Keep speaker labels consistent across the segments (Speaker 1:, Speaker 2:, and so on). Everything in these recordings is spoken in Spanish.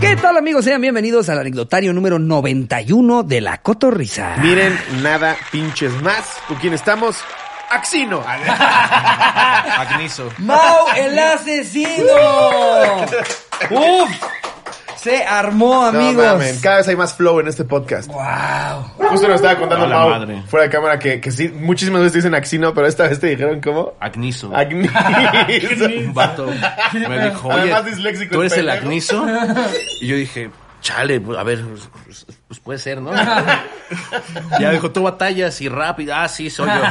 Speaker 1: ¿Qué tal amigos? Sean bienvenidos al anecdotario número 91 de La Cotorrisa.
Speaker 2: Miren, nada pinches más. ¿Con quién estamos? Axino.
Speaker 3: Agniso.
Speaker 1: ¡Mau el asesino! ¡Uf! Se armó,
Speaker 2: No,
Speaker 1: amigos.
Speaker 2: mamen, cada vez hay más flow en este podcast.
Speaker 1: ¡Wow!
Speaker 2: Justo nos estaba contando
Speaker 3: A la
Speaker 2: Mau,
Speaker 3: madre.
Speaker 2: fuera de cámara que, que sí, muchísimas veces dicen Axino, pero esta vez te dijeron cómo?
Speaker 3: Agniso.
Speaker 2: Agniso.
Speaker 3: Un vato me dijo, oye,
Speaker 2: Además disléxico
Speaker 3: ¿tú
Speaker 2: el
Speaker 3: eres el
Speaker 2: pendejo".
Speaker 3: Agniso? Y yo dije, chale, pues, a ver, pues, pues puede ser, ¿no? ya dijo, tú batallas y rápido. Ah, sí, soy yo.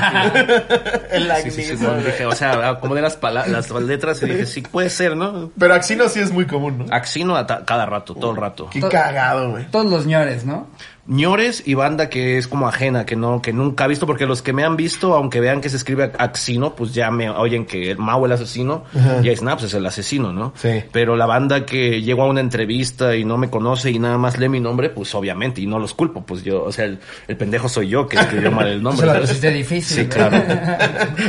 Speaker 2: El
Speaker 3: Sí, sí, sí,
Speaker 2: Agniso.
Speaker 3: no, dije, o sea, acomodé las, pala- las letras y dije, sí, puede ser, ¿no?
Speaker 2: Pero Axino sí es muy común, ¿no?
Speaker 3: Axino a ta- cada rato, todo el rato.
Speaker 2: Qué cagado, güey.
Speaker 1: Todos los ñores, ¿no?
Speaker 3: Ñores y banda que es como ajena, que no, que nunca ha visto, porque los que me han visto, aunque vean que se escribe Axino, pues ya me oyen que el Mau el asesino, y ahí Snaps es el asesino, ¿no?
Speaker 2: Sí.
Speaker 3: Pero la banda que llegó a una entrevista y no me conoce y nada más lee mi nombre, pues obviamente, y no los culpo, pues yo, o sea, el, el pendejo soy yo que escribió mal el nombre.
Speaker 1: Se la
Speaker 3: ¿sabes?
Speaker 1: pusiste difícil.
Speaker 3: Sí,
Speaker 1: ¿verdad?
Speaker 3: claro.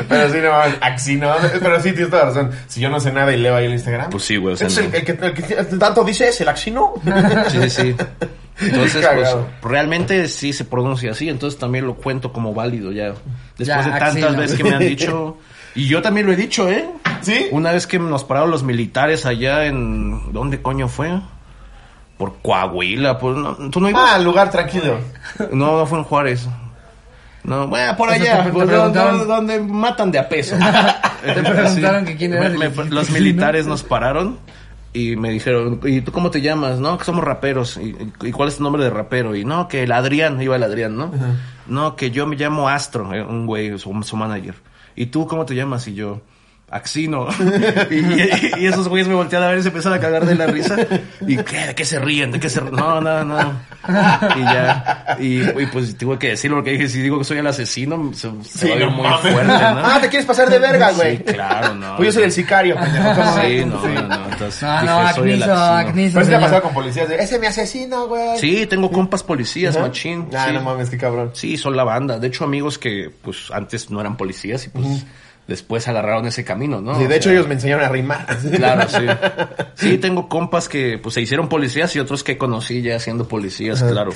Speaker 2: Pero sí, no mames, Axino. Pero sí, tienes toda la razón. Si yo no sé nada y leo ahí el Instagram.
Speaker 3: Pues sí, güey, o sea,
Speaker 2: Es
Speaker 3: no.
Speaker 2: el, el que, el que tanto dice es el Axino.
Speaker 3: Sí, sí, sí. Entonces,
Speaker 2: Qué
Speaker 3: pues,
Speaker 2: cagado.
Speaker 3: realmente sí se pronuncia así, entonces también lo cuento como válido ya. Después
Speaker 1: Ya,
Speaker 3: de tantas
Speaker 1: axila.
Speaker 3: veces que me han dicho, y yo también lo he dicho, ¿eh?
Speaker 2: ¿Sí?
Speaker 3: Una vez que nos pararon los militares allá en... ¿Dónde coño fue? Por Coahuila, por... no, ¿Tú no ibas?
Speaker 2: Ah, lugar tranquilo.
Speaker 3: No, no fue en Juárez. No, bueno, por
Speaker 1: O sea,
Speaker 3: allá,
Speaker 1: te- te
Speaker 3: por do- do-
Speaker 1: preguntaron-
Speaker 3: donde matan de a peso. Te
Speaker 1: preguntaron que quién era el-
Speaker 3: los militares nos pararon y me dijeron, ¿y tú cómo te llamas? No, que somos raperos. ¿Y, y cuál es tu nombre de rapero? Y no, que el Adrián, iba el Adrián, ¿no? No, que yo me llamo Astro, eh, un güey, su, su manager. ¿Y tú cómo te llamas? Y yo... Axino. y, y- y esos güeyes me voltearon a ver y se empezaron a cagar de la risa. ¿Y qué? ¿De qué se ríen? ¿De qué se ríen? No, no, no. Y ya. Y, y pues tuve que decirlo porque dije, si digo que soy el asesino, se, se va a ver muy fuerte, ¿no?
Speaker 2: Ah, te quieres pasar de verga, güey.
Speaker 3: Sí, claro, no.
Speaker 2: Pues yo soy el sicario, pendejo. ¿cómo
Speaker 3: Sí,
Speaker 2: ves?
Speaker 3: no, no, no. Entonces,
Speaker 1: No,
Speaker 3: dije,
Speaker 1: Ah, no,
Speaker 3: soy el
Speaker 1: Agniso,
Speaker 3: asesino. Pues,
Speaker 2: Pero sí
Speaker 1: Agniso.
Speaker 2: te ha
Speaker 1: señor.
Speaker 2: pasado con policías de, ese es mi asesino, güey.
Speaker 3: Sí, tengo compas policías,
Speaker 2: Ajá.
Speaker 3: machín.
Speaker 2: Ah,
Speaker 3: sí.
Speaker 2: no mames, qué cabrón.
Speaker 3: Sí, son la banda. De hecho, amigos que, pues, antes no eran policías y, pues, después agarraron ese camino, ¿no?
Speaker 2: Sí,
Speaker 3: O
Speaker 2: de hecho
Speaker 3: sea,
Speaker 2: ellos me enseñaron a rimar.
Speaker 3: Claro, sí. Sí, tengo compas que pues se hicieron policías y otros que conocí ya siendo policías, claro.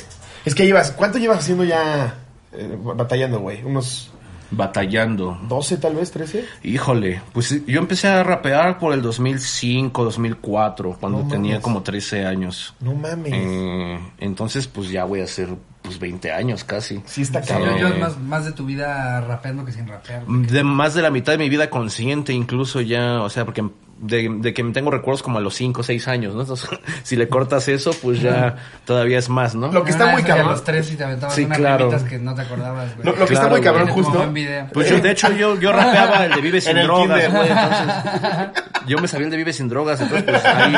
Speaker 2: Es que llevas, ¿cuánto llevas haciendo ya eh, batallando, güey? ¿Unos
Speaker 3: Batallando.
Speaker 2: 12 tal vez, 13?
Speaker 3: Híjole, pues yo empecé a rapear por el 2005, 2004, cuando tenía como 13 años.
Speaker 2: No mames.
Speaker 3: Eh, entonces, pues ya voy a hacer pues 20 años casi.
Speaker 2: Sí está
Speaker 1: Sí, yo-
Speaker 2: cabrón.
Speaker 1: yo más, más de tu vida rapeando que sin rapear.
Speaker 3: De más de la mitad de mi vida consciente, incluso ya, o sea, porque de, de que me tengo recuerdos como a los 5 o 6 años, ¿no? Entonces, si le cortas eso, pues ya todavía es más, ¿no?
Speaker 2: Lo que está
Speaker 1: Una
Speaker 2: muy
Speaker 1: vez que a
Speaker 2: cabrón.
Speaker 1: los tres y te aventabas
Speaker 3: Sí,
Speaker 1: unas
Speaker 3: claro.
Speaker 1: rimitas que no te acordabas, güey.
Speaker 2: Lo, lo que está
Speaker 3: Claro,
Speaker 2: muy cabrón
Speaker 3: güey.
Speaker 1: Como
Speaker 2: justo.
Speaker 1: buen video.
Speaker 3: Pues yo, de hecho, yo, yo rapeaba el de Vive
Speaker 2: En
Speaker 3: sin
Speaker 2: el
Speaker 3: drogas,
Speaker 2: kinder.
Speaker 3: güey. Entonces, yo me sabía el de Vive sin drogas, entonces pues ahí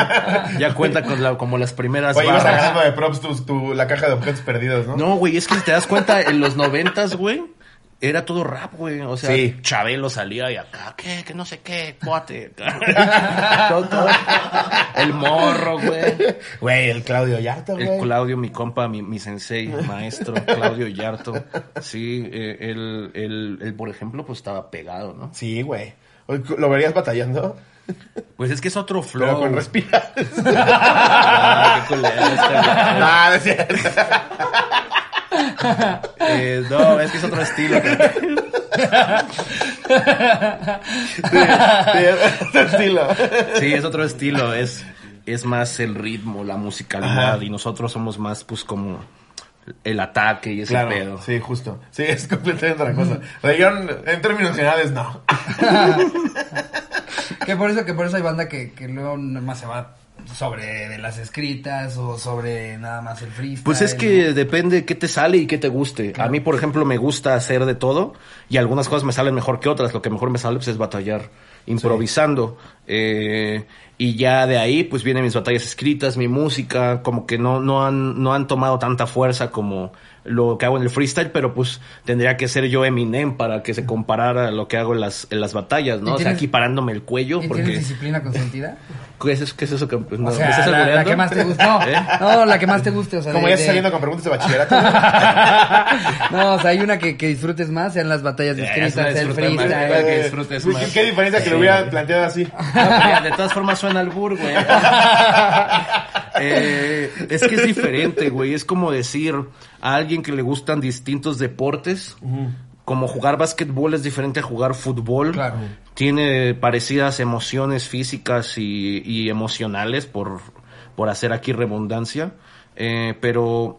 Speaker 3: ya cuenta con la, como las primeras
Speaker 2: Oye, ibas
Speaker 3: barras.
Speaker 2: agarrando de props tu, tu- la caja de objetos perdidos, ¿no?
Speaker 3: No, güey, es que si te das cuenta, en los noventas, güey, era todo rap, güey. O sea,
Speaker 2: Sí.
Speaker 3: Chabelo salía y acá, ¿qué? Que no sé qué, cuate. Todo- todo. El morro, güey.
Speaker 2: Güey, el Claudio Yarta,
Speaker 3: El
Speaker 2: güey.
Speaker 3: Claudio, mi compa, mi, mi sensei, maestro, Claudio Yarto. Sí, eh, él, él, él, por ejemplo, pues estaba pegado, ¿no?
Speaker 2: Sí, güey. Oye, ¿Lo verías batallando?
Speaker 3: Pues es que es otro flow.
Speaker 2: Pero con
Speaker 3: güey.
Speaker 2: respirar.
Speaker 3: Ah, qué culero este,
Speaker 2: Ah, no es cierto.
Speaker 3: eh, no, es que es otro estilo.
Speaker 2: Sí, sí, estilo.
Speaker 3: Sí, es otro estilo. Es, es más el ritmo, la musicalidad. Y nosotros somos más, pues, como el ataque y ese
Speaker 2: Claro,
Speaker 3: pedo.
Speaker 2: sí, justo. Sí, es completamente otra cosa. O sea, yo en- en términos generales, no.
Speaker 1: Que por eso, que por eso hay banda que, que luego nada más se va sobre de las escritas o sobre nada más el freestyle.
Speaker 3: Pues es que depende qué te sale y qué te guste. A mí, por ejemplo, me gusta hacer de todo y algunas cosas me salen mejor que otras. Lo que mejor me sale pues, es batallar, improvisando. Eh, y ya de ahí, pues vienen mis batallas escritas, mi música, como que no, no, han, no han tomado tanta fuerza como lo que hago en el freestyle, pero pues tendría que ser yo Eminem para que se comparara lo que hago en las, en las batallas,
Speaker 1: ¿Y
Speaker 3: ¿no? O sea,
Speaker 1: tienes-
Speaker 3: aquí parándome el cuello
Speaker 1: ¿Y tienes
Speaker 3: porque...
Speaker 1: disciplina consentida?
Speaker 3: ¿Qué es eso, qué es eso que no,
Speaker 1: o
Speaker 3: ¿me
Speaker 1: sea,
Speaker 3: estás
Speaker 1: la, la
Speaker 3: albureando?
Speaker 1: que más te guste. No,
Speaker 3: ¿Eh?
Speaker 1: no, la que más te guste. O sea,
Speaker 2: Como
Speaker 1: de-
Speaker 2: ya estás
Speaker 1: de-
Speaker 2: saliendo con preguntas de bachillerato.
Speaker 1: No, o sea, hay una que, que disfrutes más, sean las batallas de
Speaker 3: Ya, ya se va a
Speaker 1: escritas, el
Speaker 3: disfrutar más,
Speaker 1: freestyle.
Speaker 3: Para ¿verdad? que
Speaker 2: Eh,
Speaker 3: disfrutes
Speaker 2: güey,
Speaker 3: más. Ah, pues
Speaker 2: Qué diferencia que lo
Speaker 3: Sí.
Speaker 2: hubiera planteado así.
Speaker 3: No, pero ya, de todas formas suena al burgo, güey. Eh, es que es diferente, güey. Es como decir a alguien que le gustan distintos deportes. Como jugar básquetbol es diferente a jugar fútbol.
Speaker 1: Claro.
Speaker 3: Tiene parecidas emociones físicas y, y emocionales, por, por hacer aquí redundancia. Eh, pero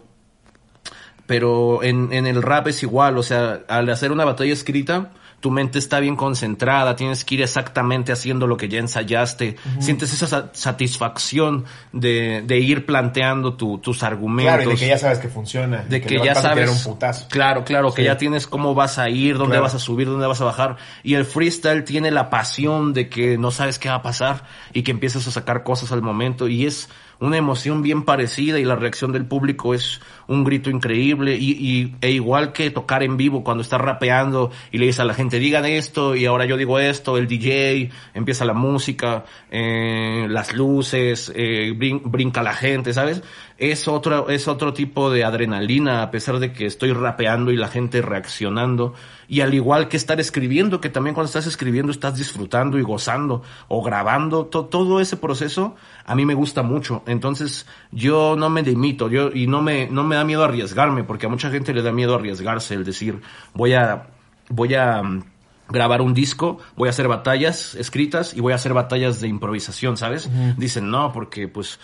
Speaker 3: pero en, en el rap es igual, o sea, al hacer una batalla escrita, tu mente está bien concentrada, tienes que ir exactamente haciendo lo que ya ensayaste, sientes esa sa- satisfacción de, de ir planteando tu- tus argumentos.
Speaker 2: Claro, y de que ya sabes que funciona.
Speaker 3: de que,
Speaker 2: no
Speaker 3: ya
Speaker 2: vas a tirar
Speaker 3: sabes
Speaker 2: un putazo.
Speaker 3: claro claro que
Speaker 2: Sí.
Speaker 3: ya tienes cómo vas a ir dónde
Speaker 2: Claro.
Speaker 3: vas a subir dónde vas a bajar y el freestyle tiene la pasión de que no sabes qué va a pasar y que empiezas a sacar cosas al momento y es una emoción bien parecida y la reacción del público es un grito increíble y, y- e igual que tocar en vivo cuando estás rapeando y le dices a la gente digan esto y ahora yo digo esto el DJ empieza la música eh, las luces eh, brin- brinca la gente sabes es otro, es otro tipo de adrenalina, a pesar de que estoy rapeando y la gente reaccionando. Y al igual que estar escribiendo, que también cuando estás escribiendo estás disfrutando y gozando o grabando, to- todo ese proceso a mí me gusta mucho. Entonces yo no me limito yo, y no me, no me da miedo arriesgarme, porque a mucha gente le da miedo arriesgarse, el decir, voy a, voy a mm, grabar un disco, voy a hacer batallas escritas y voy a hacer batallas de improvisación, ¿sabes? Dicen, no, porque pues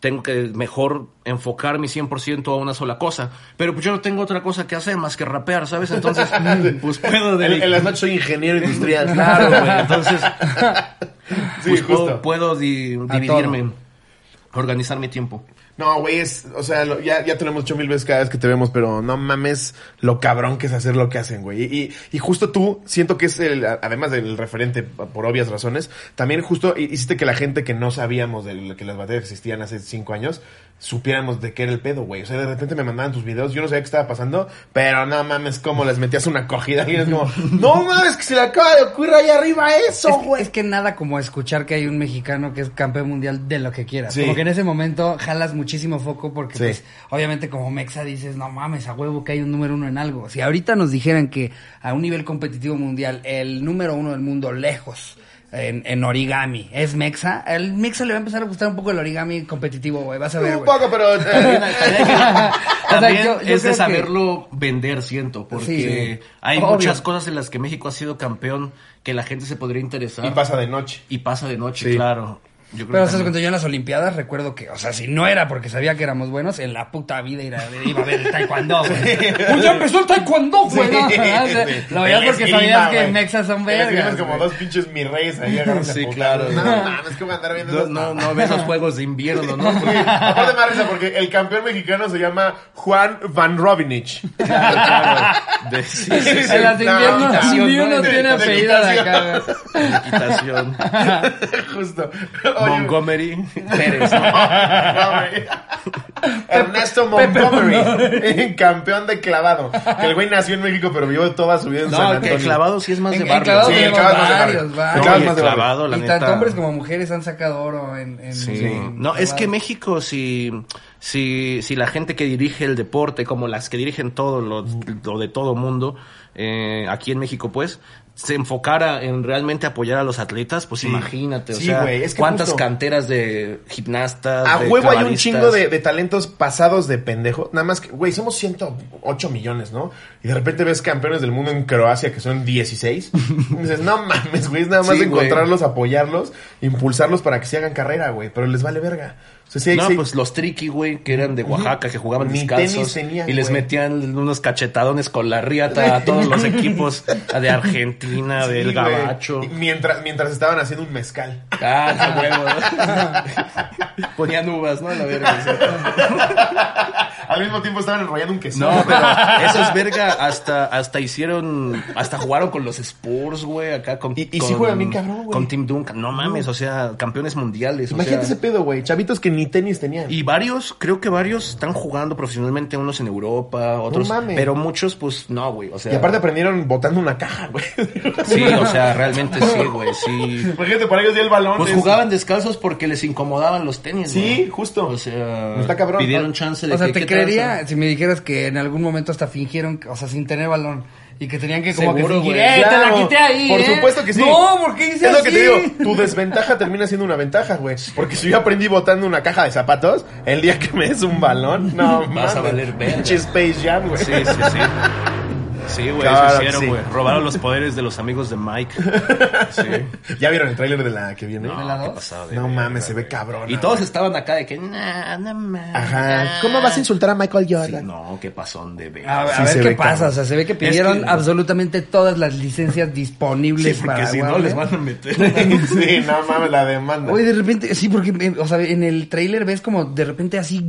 Speaker 3: tengo que mejor enfocar mi 100% a una sola cosa. Pero pues yo no tengo otra cosa que hacer más que rapear, ¿sabes? Entonces, pues puedo...
Speaker 2: En,
Speaker 3: dedicar-
Speaker 2: en las noches soy ingeniero industrial.
Speaker 3: Claro, güey. Entonces,
Speaker 2: Sí,
Speaker 3: pues,
Speaker 2: justo.
Speaker 3: puedo, puedo di-
Speaker 1: A
Speaker 3: dividirme, organizar mi tiempo.
Speaker 2: No, güey, es, o sea, lo- ya, ya tenemos ocho mil veces cada vez que te vemos, pero no mames lo cabrón que es hacer lo que hacen, güey. Y, y, y justo tú, siento que es el, a- además del referente por obvias razones, también justo hi- hiciste que la gente que no sabíamos de lo que las baterías existían hace cinco años, supiéramos de qué era el pedo, güey. O sea, de repente me mandaban tus videos, yo no sabía qué estaba pasando, pero no mames cómo les metías una cogida. Y es como, no mames que se le acaba de ocurrir ahí arriba eso,
Speaker 1: Es que-
Speaker 2: güey.
Speaker 1: Es, que nada como escuchar que hay un mexicano que es campeón mundial de lo que quieras.
Speaker 2: Sí.
Speaker 1: Como que en ese momento jalas muchísimo foco porque,
Speaker 2: Sí.
Speaker 1: pues, obviamente como Mexa dices, no mames, a huevo que hay un número uno en algo. Si ahorita nos dijeran que a un nivel competitivo mundial, el número uno del mundo lejos... En, en origami, es Mexa. El Mexa le va a empezar a gustar un poco el origami competitivo, güey. Vas a ver.
Speaker 2: un
Speaker 1: güey.
Speaker 2: poco, pero... eh,
Speaker 3: También
Speaker 1: O sea,
Speaker 3: es
Speaker 1: yo- yo creo
Speaker 3: de
Speaker 1: que-
Speaker 3: saberlo vender, siento, porque
Speaker 1: Sí.
Speaker 3: hay
Speaker 1: Obvio.
Speaker 3: muchas cosas en las que México ha sido campeón que la gente se podría interesar.
Speaker 2: y pasa de noche.
Speaker 3: Y pasa de noche,
Speaker 2: Sí.
Speaker 3: claro. Yo creo
Speaker 1: Pero
Speaker 3: que
Speaker 1: ¿sabes
Speaker 3: también.
Speaker 1: cuando yo en las Olimpiadas recuerdo que, o sea, si no era porque sabía que éramos buenos, en la puta vida iba a, iba a ver el taekwondo, güey. Pues ya empezó el taekwondo, güey. ¿no?
Speaker 2: Sí,
Speaker 1: O sea,
Speaker 2: sí.
Speaker 1: Lo veías
Speaker 2: El
Speaker 1: porque
Speaker 2: esgrima,
Speaker 1: sabías que
Speaker 2: güey.
Speaker 1: en Mexa son
Speaker 2: El esgrima
Speaker 1: vergas.
Speaker 2: es como
Speaker 1: güey.
Speaker 2: dos pinches mi reyes ahí agarrándose
Speaker 3: Sí,
Speaker 2: a putazos.
Speaker 3: claro.
Speaker 2: No, mames, que voy a andar viendo
Speaker 3: No,
Speaker 2: esas
Speaker 3: no, no ves los juegos de invierno, ¿no? Porque-
Speaker 2: Aparte me da risa porque el campeón mexicano se llama Juan Van Rovinich.
Speaker 3: claro, claro. De, sí, sí, sí.
Speaker 1: En las de
Speaker 2: No,
Speaker 1: invierno
Speaker 2: quitación,
Speaker 1: ni
Speaker 2: ¿no?
Speaker 1: uno
Speaker 2: De-
Speaker 1: tiene
Speaker 2: de
Speaker 1: apellido de acá,
Speaker 2: quitación.
Speaker 1: güey.
Speaker 3: Equitación.
Speaker 2: Justo.
Speaker 3: Montgomery Pérez. ¿no?
Speaker 2: No, güey. Ernesto Montgomery, campeón de clavado. Que el güey nació en México, pero vivió toda su vida en San
Speaker 3: No, que
Speaker 2: Antonio.
Speaker 3: el clavado sí es más
Speaker 1: En-
Speaker 3: de
Speaker 1: en
Speaker 3: barrio.
Speaker 1: clavado
Speaker 2: Sí, el
Speaker 1: tenemos
Speaker 2: clavado es más de barrio.
Speaker 1: varios,
Speaker 2: El
Speaker 1: varios.
Speaker 3: No,
Speaker 2: clavado
Speaker 3: y
Speaker 2: es más
Speaker 3: el
Speaker 2: de barrio.
Speaker 3: clavado, la
Speaker 1: y
Speaker 3: neta.
Speaker 1: tanto hombres como mujeres han sacado oro en... en-
Speaker 3: Sí.
Speaker 1: en-
Speaker 3: No, es que
Speaker 1: en-
Speaker 3: México, si, si, si la gente que dirige el deporte, como las que dirigen todo lo, lo de todo mundo, eh, aquí en México, pues, se enfocara en realmente apoyar a los atletas, pues imagínate,
Speaker 2: Sí,
Speaker 3: o sea,
Speaker 2: güey, es que
Speaker 3: cuántas
Speaker 2: justo-
Speaker 3: canteras de gimnastas,
Speaker 2: A
Speaker 3: de
Speaker 2: huevo hay un
Speaker 3: clavadistas.
Speaker 2: chingo de, de talentos pasados de pendejo. Nada más que, güey, somos 108 millones, ¿no? Y de repente ves campeones del mundo en Croacia que son 16. Y dices, no mames, güey, es nada más
Speaker 3: Sí, güey.
Speaker 2: encontrarlos, apoyarlos, impulsarlos para que se hagan carrera, güey. Pero les vale verga. O sea, sí hay-
Speaker 3: No,
Speaker 2: sí hay-
Speaker 3: pues los triqui, güey, que eran de Oaxaca, que jugaban
Speaker 2: Ni
Speaker 3: descalzos
Speaker 2: tenis tenían,
Speaker 3: y les
Speaker 2: güey.
Speaker 3: metían unos cachetadones con la riata a todos los equipos de Argentina,
Speaker 2: sí,
Speaker 3: del
Speaker 2: güey.
Speaker 3: Gabacho.
Speaker 2: Y Mientras, mientras estaban haciendo un mezcal.
Speaker 3: Ah, ese huevo, ¿no? Ponían uvas, ¿no? A La verga. sí.
Speaker 2: Al mismo tiempo estaban enrollando un queso.
Speaker 3: No, pero eso es verga. Hasta, hasta hicieron, hasta jugaron con los Spurs, güey, acá con.
Speaker 2: Y- y
Speaker 3: con-
Speaker 2: sí juegan bien cabrón, güey.
Speaker 3: Con Tim Duncan. No mames, o sea, campeones mundiales. o
Speaker 2: Imagínate
Speaker 3: sea.
Speaker 2: ese pedo, güey. Chavitos que ni tenis tenían.
Speaker 3: Y varios, creo que varios están jugando profesionalmente, unos en Europa, otros.
Speaker 2: mames.
Speaker 3: pero muchos, pues no, güey. O sea.
Speaker 2: y aparte aprendieron botando una caja, güey.
Speaker 3: Sí, o sea, realmente sí, güey, sí.
Speaker 2: Imagínate, para ellos ya el balón.
Speaker 3: Pues
Speaker 2: es-
Speaker 3: jugaban descalzos porque les incomodaban los tenis,
Speaker 2: Sí,
Speaker 3: güey. Pues
Speaker 2: justo.
Speaker 3: O sea,
Speaker 2: Está cabrón,
Speaker 3: pidieron
Speaker 2: ¿no?
Speaker 3: chance de
Speaker 1: O sea,
Speaker 3: que,
Speaker 1: ¿te
Speaker 3: ¿qué te
Speaker 1: creería
Speaker 3: lanza.
Speaker 1: si me dijeras que en algún momento hasta fingieron, que- o sea, sin tener balón. Y que tenían que como
Speaker 3: Seguro,
Speaker 1: que fingir,
Speaker 3: güey.
Speaker 1: ¡eh, te
Speaker 2: Claro,
Speaker 1: la quité ahí!
Speaker 2: Por
Speaker 1: eh!
Speaker 2: supuesto que sí.
Speaker 1: No, ¿por qué hice
Speaker 2: Es lo que
Speaker 1: así?
Speaker 2: te digo. Tu desventaja termina siendo una ventaja, güey. Porque si yo aprendí botando una caja de zapatos, el día que me des un balón, no
Speaker 3: Vas a
Speaker 2: mames.
Speaker 3: valer verga.
Speaker 2: Pinche Space Jam, güey.
Speaker 3: Sí, sí, sí. Sí, güey,
Speaker 2: Claro
Speaker 3: eso
Speaker 2: que
Speaker 3: hicieron,
Speaker 2: sí.
Speaker 3: güey. Robaron los poderes de los amigos de Mike. Sí.
Speaker 2: ¿Ya vieron el tráiler de la que viene?
Speaker 1: ¿De la
Speaker 3: No,
Speaker 1: dos?
Speaker 3: qué pasada de
Speaker 2: No
Speaker 3: verga,
Speaker 2: mames, se ve
Speaker 3: güey.
Speaker 2: cabrón.
Speaker 3: Y todos estaban acá de que, nah, no mames.
Speaker 2: Ajá. Ah. ¿Cómo vas a insultar a Michael
Speaker 3: Sí,
Speaker 2: Jordan?
Speaker 3: No, qué pasón de ver.
Speaker 1: A ver,
Speaker 2: Sí
Speaker 1: a ver
Speaker 2: se
Speaker 1: qué
Speaker 2: ve
Speaker 1: pasa.
Speaker 2: cabrón.
Speaker 1: O sea, se ve que pidieron absolutamente todas las licencias disponibles
Speaker 3: Sí, porque
Speaker 1: para
Speaker 3: si no
Speaker 1: Warner.
Speaker 3: les van a meter.
Speaker 2: Sí, no mames, la demanda.
Speaker 1: Oye, de repente, sí, porque, eh, o sea, en el trailer ves como de repente así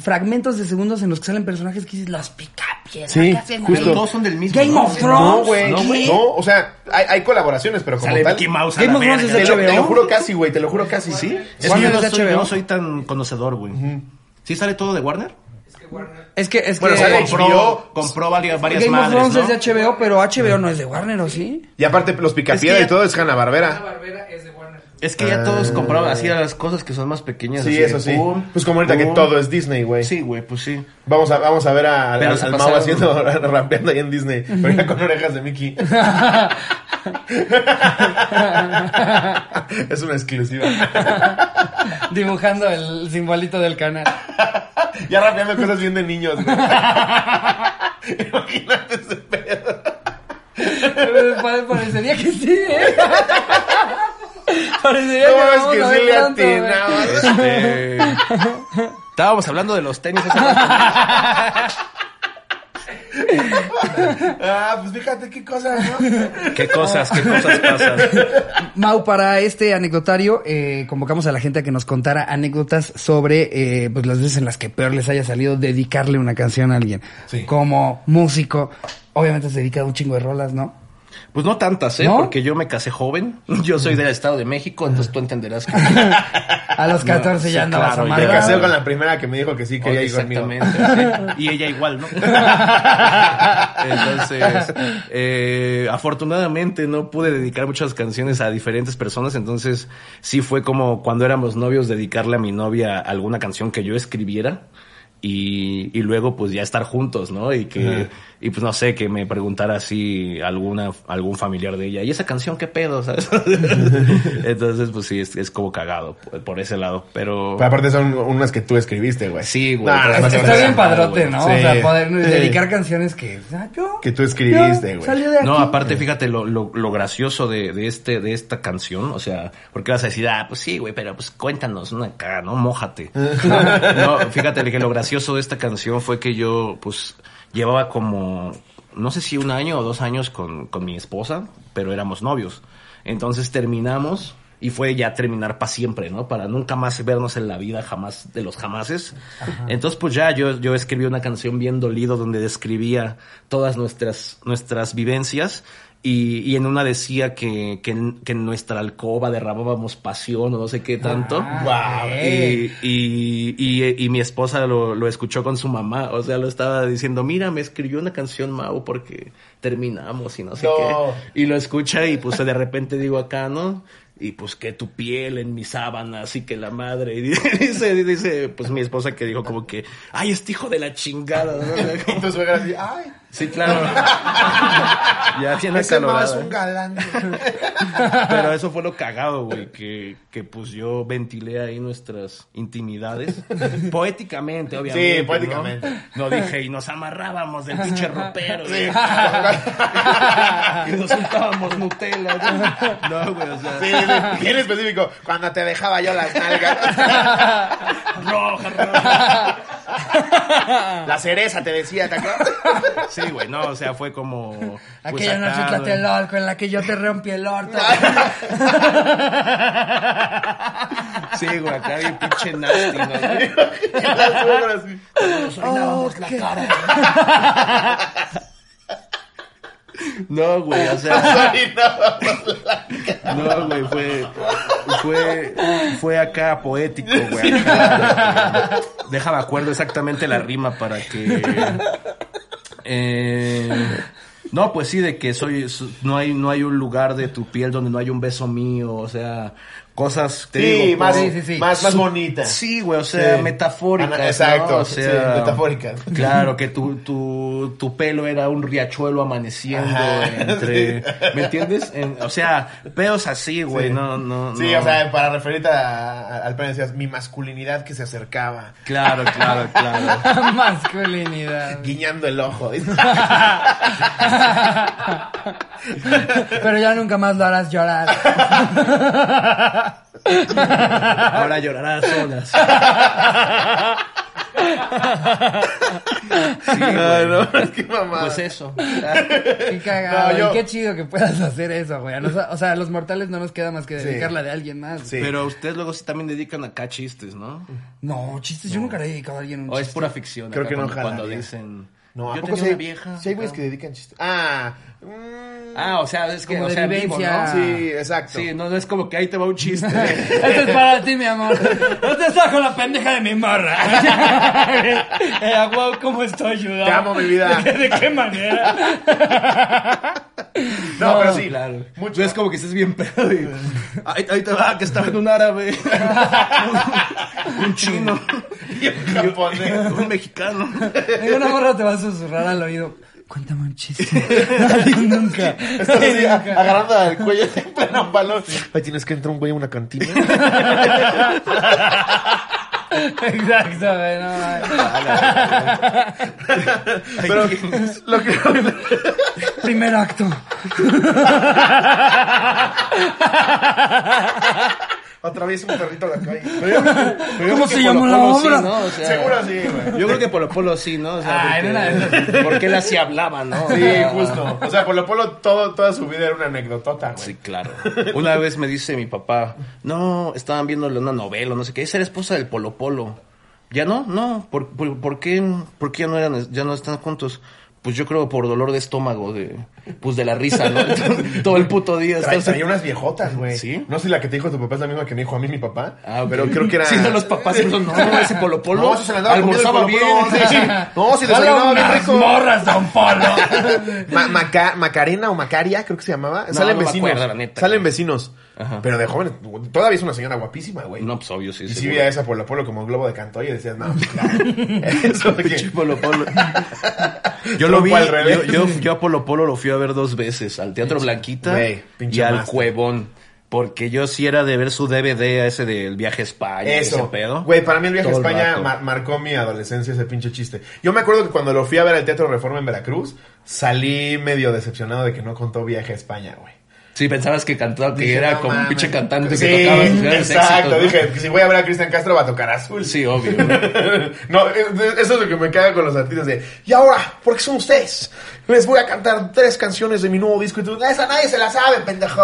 Speaker 1: fragmentos de segundos en los que salen personajes que dices, los picapies,
Speaker 2: Sí,
Speaker 1: ¿qué hacen
Speaker 2: justo.
Speaker 1: ahí?"
Speaker 3: Todos son del mismo.
Speaker 1: Game
Speaker 3: ¿no?
Speaker 1: of Thrones.
Speaker 2: no, güey.
Speaker 1: ¿Qué?
Speaker 2: No, güey. No, o sea, hay, hay colaboraciones, pero como
Speaker 3: Sale
Speaker 2: tal.
Speaker 3: Mickey Mouse a
Speaker 1: Game
Speaker 3: la
Speaker 1: of Thrones
Speaker 3: verga.
Speaker 1: es
Speaker 2: Te lo, te lo
Speaker 1: HBO.
Speaker 2: juro casi, güey. Te lo juro casi, ¿sí?
Speaker 3: Es que yo
Speaker 1: Warner
Speaker 3: no
Speaker 1: es
Speaker 3: soy,
Speaker 1: HBO.
Speaker 3: yo no soy tan conocedor, güey. ¿Sí sale todo de Warner?
Speaker 1: Es que, es
Speaker 2: Bueno,
Speaker 1: que
Speaker 2: sale
Speaker 3: compró,
Speaker 2: HBO.
Speaker 3: compró varias, varias
Speaker 1: Game of
Speaker 3: madres,
Speaker 1: Thrones
Speaker 3: ¿no?
Speaker 1: es de HBO, pero HBO no es de Warner, ¿o sí?
Speaker 2: Y aparte, los picapiedra
Speaker 3: Es
Speaker 2: y
Speaker 3: que ya-
Speaker 2: todo es Hanna Barbera.
Speaker 3: Es que ya todos compraban así a las cosas que son más pequeñas.
Speaker 2: Ah. Sí,
Speaker 3: así de
Speaker 2: eso sí.
Speaker 3: pum,
Speaker 2: Pues como ahorita que
Speaker 3: pum.
Speaker 2: todo es Disney, güey.
Speaker 3: Sí, güey, pues sí.
Speaker 2: Vamos a, vamos a ver a,
Speaker 3: Pero
Speaker 2: al-
Speaker 3: se
Speaker 2: al
Speaker 3: pasaron.
Speaker 2: Mau haciendo rampeando ahí en Disney, pero ya con orejas de Mickey. es una exclusiva.
Speaker 1: Dibujando el simbolito del canal.
Speaker 2: ya rapeando cosas bien de niños, güey. Imagínate ese pedo.
Speaker 1: Pero pare- Parecería que sí, ¿eh? Parecería
Speaker 2: No
Speaker 1: que,
Speaker 2: mames
Speaker 1: vamos
Speaker 2: que
Speaker 1: a ver ¿eh?
Speaker 2: sí le
Speaker 1: pronto, güey.
Speaker 2: atinaba.
Speaker 3: Este... Estábamos hablando de los tenis. hace rato.
Speaker 2: Ah, pues fíjate qué cosa, ¿no?
Speaker 3: qué cosas, qué cosas pasan.
Speaker 1: Mau, para este anecdotario, eh, convocamos a la gente a que nos contara anécdotas sobre eh, pues, las veces en las que peor les haya salido dedicarle una canción a alguien.
Speaker 2: Sí.
Speaker 1: Como músico, obviamente se dedica a un chingo de rolas, ¿no?
Speaker 3: Pues no tantas, ¿eh?
Speaker 1: ¿No?
Speaker 3: Porque yo me casé joven. Yo soy del Estado de México, entonces tú entenderás que...
Speaker 1: A los 14
Speaker 3: sí,
Speaker 1: ya andabas
Speaker 3: claro,
Speaker 1: amargado.
Speaker 2: Me
Speaker 3: ya.
Speaker 2: casé con la primera que me dijo que sí quería ir conmigo.
Speaker 3: Exactamente. sí. Y ella igual, ¿no? Entonces, eh, afortunadamente no pude dedicar muchas canciones a diferentes personas. Entonces, sí fue como cuando éramos novios, dedicarle a mi novia alguna canción que yo escribiera. Y, y luego pues ya estar juntos, ¿no? Y que, y pues no sé, que me preguntara si alguna, algún familiar de ella, ¿y esa canción qué pedo? ¿Sabes? Entonces pues sí, es, es como cagado por, por ese lado, pero...
Speaker 2: Pero aparte son unas que tú escribiste, güey.
Speaker 3: Pues Sí, güey.
Speaker 2: No, no,
Speaker 3: Pero
Speaker 2: no, no,
Speaker 1: Está, está
Speaker 2: no,
Speaker 1: bien
Speaker 2: no,
Speaker 1: padrote,
Speaker 3: güey.
Speaker 1: ¿no?
Speaker 2: Sí.
Speaker 1: O sea, poder
Speaker 2: Sí.
Speaker 1: dedicar canciones que... ah, yo-
Speaker 2: Que tú escribiste,
Speaker 1: yo
Speaker 2: güey.
Speaker 1: salió de
Speaker 3: No,
Speaker 1: aquí.
Speaker 3: aparte, fíjate lo, lo, lo gracioso de, de este, de esta canción. O sea, porque vas a decir, ah, pues sí, güey, pero pues cuéntanos una cara, ¿no? Mójate. no, fíjate que lo gracioso de esta canción fue que yo, pues, llevaba como, no sé si un año o dos años con, con mi esposa, pero éramos novios. Entonces terminamos. Y fue ya terminar para siempre, ¿no? Para nunca más vernos en la vida jamás de los jamases. Entonces, pues ya yo, yo escribí una canción bien dolido donde describía todas nuestras, nuestras vivencias. Y, y en una decía que, que, en- que en nuestra alcoba derramábamos pasión o no sé qué tanto.
Speaker 1: Ah,
Speaker 3: Wow.
Speaker 1: ok.
Speaker 3: Y, y, y- y mi esposa lo, lo escuchó con su mamá. O sea, lo estaba diciendo, mira, me escribió una canción Mau porque terminamos y no sé
Speaker 2: No.
Speaker 3: qué. Y lo escucha y pues de repente digo acá, ¿no? Y pues que tu piel en mi sábana, así que la madre. Y dice, dice, pues mi esposa que dijo como que, ay, este hijo de la chingada. ¿no? O sea,
Speaker 2: Y
Speaker 3: como-
Speaker 2: tu suegra así, "Ah, ay,
Speaker 3: Sí, claro. ya tiene ¿eh?
Speaker 2: ese Mau es
Speaker 3: acalorada.
Speaker 2: un galán.
Speaker 3: Pero eso fue lo cagado, güey, que, que pues yo ventilé ahí nuestras intimidades. Poéticamente, obviamente. ¿no?
Speaker 2: poéticamente.
Speaker 3: No, dije, y nos amarrábamos del pinche ropero.
Speaker 2: Sí.
Speaker 3: Y nos juntábamos Nutella. ¿no? No, güey, o sea.
Speaker 2: Sí, sí, sí. bien específico. Cuando te dejaba yo las nalgas.
Speaker 3: Roja, roja.
Speaker 2: La cereza te decía, ¿te acuerdas?
Speaker 3: Sí, güey, no, o sea, fue como. pues,
Speaker 1: Aquella noche en
Speaker 3: acá, güey.
Speaker 1: Tlatelolco en la que yo te rompí el orto.
Speaker 3: Sí, güey, acá bien pinche nasty, ¿no?
Speaker 2: Y la suegra así.
Speaker 3: No, güey, o sea.
Speaker 2: Ay, no.
Speaker 3: No, güey, fue, fue, fue acá poético, güey. Deja me acuerdo exactamente la rima para que. eh, no, pues sí, de que soy, so- no hay, no hay un lugar de tu piel donde no hay un beso mío, o sea, cosas, te
Speaker 2: Sí,
Speaker 3: digo,
Speaker 2: más,
Speaker 1: sí, sí, sí.
Speaker 2: más, más
Speaker 3: su-
Speaker 2: bonita.
Speaker 3: Sí, güey, o sea,
Speaker 2: Sí.
Speaker 3: metafórica.
Speaker 2: Ana- exacto, sí, metafóricas.
Speaker 3: Claro, que tu, tu, tu pelo era un riachuelo amaneciendo
Speaker 2: Ajá,
Speaker 3: entre...
Speaker 2: sí.
Speaker 3: ¿Me entiendes? En- o sea, pedos así, güey, no, no,
Speaker 2: Sí,
Speaker 3: no.
Speaker 2: o sea, para referirte a- a- al plan decías, mi masculinidad que se acercaba,
Speaker 3: Claro, claro, claro.
Speaker 1: Ah, Masculinidad.
Speaker 2: guiñando el ojo.
Speaker 1: Pero ya nunca más lo harás llorar.
Speaker 3: Ahora llorarás solas. Sí, güey.
Speaker 2: no, no, es que mamá.
Speaker 3: Pues eso.
Speaker 1: Qué cagado.
Speaker 2: No,
Speaker 1: y
Speaker 2: yo-
Speaker 1: qué chido que puedas hacer eso, güey. A nos- o sea, a los mortales no nos queda más que dedicarla de alguien más.
Speaker 2: Sí.
Speaker 3: Pero ustedes luego sí también dedican acá chistes, ¿no?
Speaker 1: No, chistes. Yo nunca le he dedicado a alguien un
Speaker 3: O es
Speaker 1: chiste.
Speaker 3: pura ficción.
Speaker 2: Creo
Speaker 3: acá
Speaker 2: que no
Speaker 3: cuando, cuando
Speaker 2: jalaría.
Speaker 3: dicen.
Speaker 2: No, ¿a
Speaker 3: yo
Speaker 2: poco
Speaker 3: tenía
Speaker 2: sí hay,
Speaker 3: una vieja.
Speaker 2: sí hay güeyes
Speaker 3: ¿no?
Speaker 2: que dedican chistes? Ah, mm,
Speaker 3: Ah, o sea, es que,
Speaker 1: Como
Speaker 3: o
Speaker 1: de
Speaker 3: sea, vivo, ¿no?
Speaker 1: vivencia.
Speaker 2: sí, exacto.
Speaker 3: Sí, no, no es como que ahí te va un chiste.
Speaker 1: Este es para ti, mi amor. No te estás con la pendeja de mi morra. Eh, a huevo, ¿cómo estoy ayudando?
Speaker 2: Te amo, mi vida.
Speaker 1: ¿De, de qué manera?
Speaker 2: No, pero sí,
Speaker 3: Claro.
Speaker 2: mucho.
Speaker 3: No es como que estés bien pedo y... Ahí, ahí te va, que estaba en un árabe. un chino.
Speaker 2: Y un japonés.
Speaker 3: un mexicano.
Speaker 1: Ninguna morra te va a susurrar al oído. Cuéntame un chiste. Nadie nunca.
Speaker 2: Estás
Speaker 1: Nadie
Speaker 2: así,
Speaker 1: nunca.
Speaker 2: agarrando al cuello en pleno balón. Ahí tienes que entrar un güey a una cantina.
Speaker 1: Exacto, güey, no, mames.
Speaker 2: Pero lo que...
Speaker 1: Primer acto.
Speaker 2: Otra vez un perrito de la calle.
Speaker 1: ¿Cómo se llamó la obra?
Speaker 2: Seguro sí, güey.
Speaker 3: Yo creo que Polo Polo sí, ¿no? O sea,
Speaker 1: Ah, en una de
Speaker 3: porque, porque él así hablaba, ¿no? O
Speaker 2: Sí,
Speaker 3: sea,
Speaker 2: justo. O sea, Polo Polo todo, toda su vida era una anécdotota, güey.
Speaker 3: Sí, claro. Una vez me dice mi papá, no, estaban viendo una novela, no sé qué, esa era esposa del Polo Polo. Ya no, no, ¿por, por, por qué, por qué ya, no eran, ya no están juntos? Pues yo creo por dolor de estómago, de, pues de la risa, ¿no? Entonces, Todo el puto día.
Speaker 2: Trae,
Speaker 3: estás-
Speaker 2: traía unas viejotas, güey.
Speaker 3: ¿Sí?
Speaker 2: No sé si la que te dijo tu papá es la misma que me dijo a mí mi papá.
Speaker 3: Ah, ok.
Speaker 2: Pero creo que era.
Speaker 3: Sí, no, los papás, no, no, ese Polo Polo
Speaker 2: No, eso se la andaba
Speaker 3: almorzaba
Speaker 2: comiendo el Polo Polo,
Speaker 3: bien.
Speaker 2: sí. No, si
Speaker 1: Dale
Speaker 2: desayunaba bien
Speaker 1: unas
Speaker 2: rico.
Speaker 1: morras, don Polo.
Speaker 2: Ma- Maca- Macarena o Macaria, creo que se llamaba.
Speaker 3: No,
Speaker 2: Salen
Speaker 3: no me
Speaker 2: vecinos.
Speaker 3: acuerdo, la neta.
Speaker 2: Salen vecinos.
Speaker 3: Ajá.
Speaker 2: Pero de jóvenes, todavía es una señora guapísima, güey.
Speaker 3: No, pues obvio, sí.
Speaker 2: y si
Speaker 3: seguro.
Speaker 2: veía esa Polo Polo como un globo de canto y decías, no, pues, claro. Eso porque-
Speaker 3: Pinche Polo Polo. Yo lo vi,
Speaker 2: Trompo al revés.
Speaker 3: yo, yo, yo a Polo Polo lo fui a ver dos veces, al Teatro Blanquita
Speaker 2: Güey, pinche
Speaker 3: y al
Speaker 2: master.
Speaker 3: Cuevón, porque yo sí era de ver su DVD a ese del viaje a España, ese
Speaker 2: Eso.
Speaker 3: pedo.
Speaker 2: Güey, para mí el viaje
Speaker 3: Todo
Speaker 2: a España
Speaker 3: rato.
Speaker 2: mar- marcó mi adolescencia ese pinche chiste. Yo me acuerdo que cuando lo fui a ver al Teatro Reforma en Veracruz, salí medio decepcionado de que no contó viaje a España, güey.
Speaker 3: Sí, pensabas que cantaba, que
Speaker 2: Dije,
Speaker 3: era
Speaker 2: no
Speaker 3: como un
Speaker 2: mames.
Speaker 3: pinche cantante
Speaker 2: Sí,
Speaker 3: que tocaba sus grandes
Speaker 2: Exacto,
Speaker 3: éxitos, ¿no?
Speaker 2: dije, "Pues, si voy a ver a Cristian Castro va a tocar azul.
Speaker 3: Sí, obvio.
Speaker 2: no, eh, eso es lo que me caga con los artistas de, y ahora, ¿por qué son ustedes? Les voy a cantar tres canciones de mi nuevo disco y tú, esa nadie se la sabe, pendejo.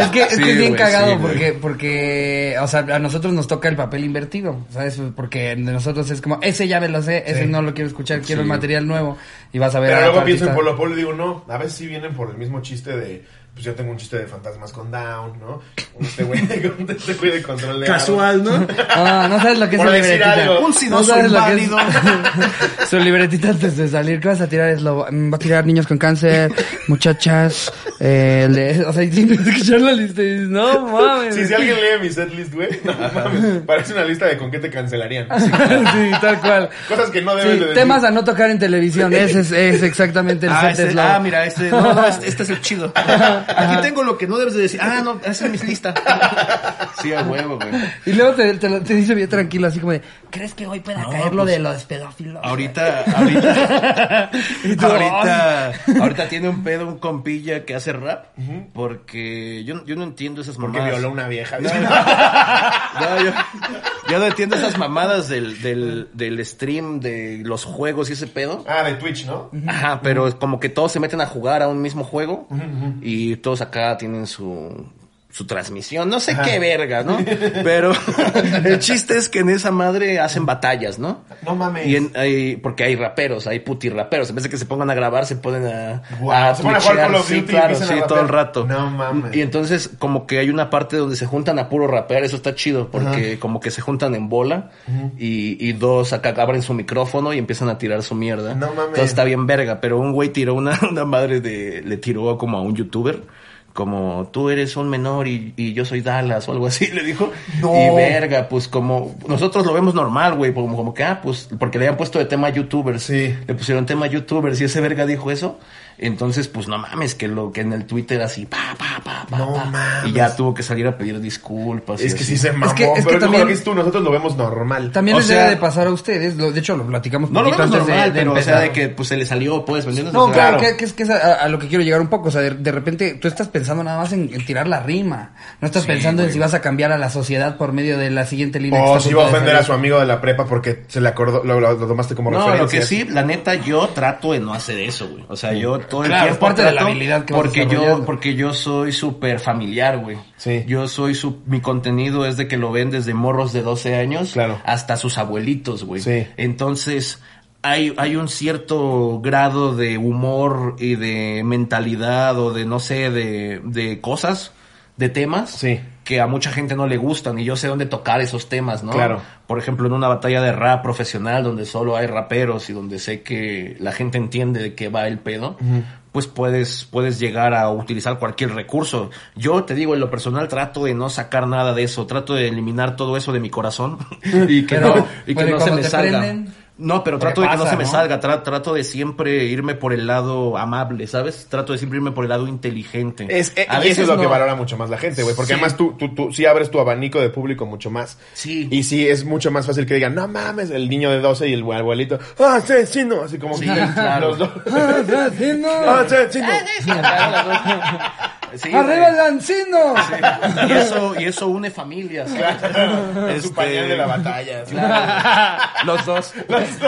Speaker 1: Es que, es
Speaker 3: Sí,
Speaker 1: que es bien
Speaker 3: güey,
Speaker 1: cagado
Speaker 3: sí, güey.
Speaker 1: porque, porque, o sea, a nosotros nos toca el papel invertido, ¿sabes? Porque de nosotros es como, ese ya me lo sé, ese
Speaker 2: Sí.
Speaker 1: no lo quiero escuchar, quiero el
Speaker 3: Sí.
Speaker 1: material nuevo y vas a ver
Speaker 2: Pero
Speaker 1: a
Speaker 2: luego
Speaker 1: tu
Speaker 2: pienso en
Speaker 1: artista.
Speaker 2: Polo Polo y digo, no, a veces sí vienen por el mismo chiste de, pues yo tengo un chiste de fantasmas con Down, ¿no? Este güey de, este güey de control de...
Speaker 3: Casual, ¿no?
Speaker 1: Ah, no sabes lo que es
Speaker 2: Por
Speaker 1: su
Speaker 2: decir
Speaker 1: libretita.
Speaker 2: algo.
Speaker 3: Un
Speaker 1: no
Speaker 3: sidoso
Speaker 1: sabes lo que
Speaker 3: inválido.
Speaker 1: es su libretita antes de salir. ¿Qué vas a tirar? Es lo, mm, va a tirar niños con cáncer, muchachas, eh, el de- o sea, y tienes que escuchar la lista y dices, no mames.
Speaker 2: Sí, si alguien lee mi setlist, güey, no mames, parece una lista de con qué te cancelarían.
Speaker 1: sí, tal cual.
Speaker 2: Cosas que no debes
Speaker 1: Sí,
Speaker 2: de decir.
Speaker 1: temas a no tocar en televisión. Ese es, es exactamente el
Speaker 3: Ah,
Speaker 1: set
Speaker 3: ese-
Speaker 1: de Slobo.
Speaker 3: ah, mira, este, no, no, este, este es el chido. Aquí tengo lo que no debes de decir. Ah, no, esa es mi lista. Sí, a huevo, güey.
Speaker 1: Y luego te, te, lo- te dice bien tranquilo, así como de, ¿crees que hoy pueda
Speaker 3: No,
Speaker 1: caer lo
Speaker 3: pues,
Speaker 1: de los pedófilos?
Speaker 3: Ahorita, ahorita,
Speaker 1: Y tú,
Speaker 3: ahorita, ahorita tiene un pedo un compilla que hace rap porque yo, yo no entiendo esas
Speaker 2: Porque
Speaker 3: mamadas.
Speaker 2: violó a una vieja.
Speaker 3: No, yo, yo no entiendo esas mamadas del, del, del stream, de los juegos y ese pedo.
Speaker 2: Ah, de Twitch, ¿no?
Speaker 3: Ajá, pero es como que todos se meten a jugar a un mismo juego y todos acá tienen su su transmisión, no sé qué verga, ¿no? Pero el chiste es que en esa madre hacen batallas, ¿no?
Speaker 2: No mames.
Speaker 3: Y en- hay- porque hay raperos, hay puti raperos. En vez de que se pongan a grabar, se ponen a.
Speaker 2: Guau, se ponen a jugar
Speaker 3: twitchear.
Speaker 2: Call of
Speaker 3: Sí,
Speaker 2: Duty y
Speaker 3: claro,
Speaker 2: empiezan a
Speaker 3: sí,
Speaker 2: rapear.
Speaker 3: todo el rato.
Speaker 2: No mames.
Speaker 3: Y entonces, como que hay una parte donde se juntan a puro rapear. Eso está chido, porque como que se juntan en bola y, y dos acá abren su micrófono y empiezan a tirar su mierda.
Speaker 2: No mames.
Speaker 3: Entonces está bien verga. Pero un güey tiró una, una madre de. Le tiró como a un youtuber. como tú eres un menor y, y yo soy Dallas o algo así, le dijo.
Speaker 2: No.
Speaker 3: Y verga, pues como nosotros lo vemos normal, güey, como, como que, ah, pues porque le habían puesto de tema youtubers.
Speaker 2: Sí.
Speaker 3: Le pusieron tema youtubers y ese verga dijo eso. Entonces, pues no mames, que lo que en el Twitter así, pa, pa, pa, pa.
Speaker 2: No
Speaker 3: pa.
Speaker 2: mames.
Speaker 3: Y ya tuvo que salir a pedir disculpas. y
Speaker 2: Es que
Speaker 3: así.
Speaker 2: sí se mamó.
Speaker 1: que- es que
Speaker 2: pero es como
Speaker 1: también-
Speaker 2: lo que dices tú, nosotros lo vemos normal.
Speaker 1: También
Speaker 3: O
Speaker 1: les
Speaker 3: sea-
Speaker 1: debe de pasar a ustedes, lo- de hecho lo platicamos
Speaker 3: No lo
Speaker 1: poquito
Speaker 3: vemos
Speaker 1: antes de-
Speaker 3: normal,
Speaker 1: de
Speaker 3: pero o sea,
Speaker 1: empezar.
Speaker 3: de que pues se le salió, pues, ¿me entiendes?
Speaker 1: No,
Speaker 3: O sea,
Speaker 1: claro,
Speaker 2: claro.
Speaker 1: que, que es, que es a, a lo que quiero llegar un poco. O sea, de, de repente tú estás pensando nada más en, en tirar la rima. No estás pensando en si vas a cambiar a la sociedad por medio de la siguiente línea.
Speaker 3: Oh,
Speaker 1: que
Speaker 2: O si
Speaker 1: está
Speaker 2: Oh, iba a
Speaker 1: punto de
Speaker 2: ofender a su
Speaker 1: salir.
Speaker 2: amigo de la prepa porque se le acordó, lo, lo- lo tomaste como
Speaker 3: No,
Speaker 2: referencia.
Speaker 3: lo que sí, la neta, yo trato de no hacer eso, güey. O sea, yo todo el
Speaker 1: Claro,
Speaker 3: tiempo
Speaker 1: es parte de la
Speaker 3: trato
Speaker 1: habilidad que vas
Speaker 3: porque yo,
Speaker 1: desarrollando.
Speaker 3: porque yo soy súper familiar, güey.
Speaker 2: Sí.
Speaker 3: Yo soy su, mi contenido es de que lo ven desde morros de 12 años
Speaker 2: Claro.
Speaker 3: hasta sus abuelitos, güey.
Speaker 2: Sí.
Speaker 3: Entonces, hay, hay un cierto grado de humor y de mentalidad o de, no sé, de, de cosas, de temas.
Speaker 2: Sí.
Speaker 3: Que a mucha gente no le gustan y yo sé dónde tocar esos temas, ¿no?
Speaker 2: Claro.
Speaker 3: Por ejemplo, en una batalla de rap profesional donde solo hay raperos y donde sé que la gente entiende de qué va el pedo, pues puedes, puedes llegar a utilizar cualquier recurso. Yo te digo, en lo personal trato de no sacar nada de eso, trato de eliminar todo eso de mi corazón y que
Speaker 1: Pero,
Speaker 3: no, y que
Speaker 1: pues,
Speaker 3: no se
Speaker 1: cuando
Speaker 3: me
Speaker 1: te
Speaker 3: salga.
Speaker 1: prenden,
Speaker 3: no, pero
Speaker 1: te
Speaker 3: trato de que no
Speaker 1: pasa,
Speaker 3: se me
Speaker 1: ¿no?
Speaker 3: salga, tra- trato de siempre irme por el lado amable, ¿sabes? Trato de siempre irme por el lado inteligente.
Speaker 2: Es, eh, y
Speaker 3: A
Speaker 2: eso
Speaker 3: veces
Speaker 2: es lo que
Speaker 3: no.
Speaker 2: valora mucho más la gente, güey. Porque
Speaker 3: Sí.
Speaker 2: además tú, tú, tú sí abres tu abanico de público mucho más.
Speaker 3: Sí.
Speaker 2: Y sí es mucho más fácil que digan, no mames, el niño de 12 y el abuelito, ¡ah, asesino! Así como
Speaker 3: Sí,
Speaker 2: que
Speaker 3: claro.
Speaker 2: los dos.
Speaker 1: ¡Ah, Francino!
Speaker 2: ¡Ah, asesino!
Speaker 3: Sí,
Speaker 1: ¡Arriba
Speaker 3: güey.
Speaker 1: el Ancino!
Speaker 3: Y eso, y eso une familias.
Speaker 2: Es
Speaker 3: Este,
Speaker 2: su pañal de la batalla. así.
Speaker 3: Los dos.
Speaker 2: Este,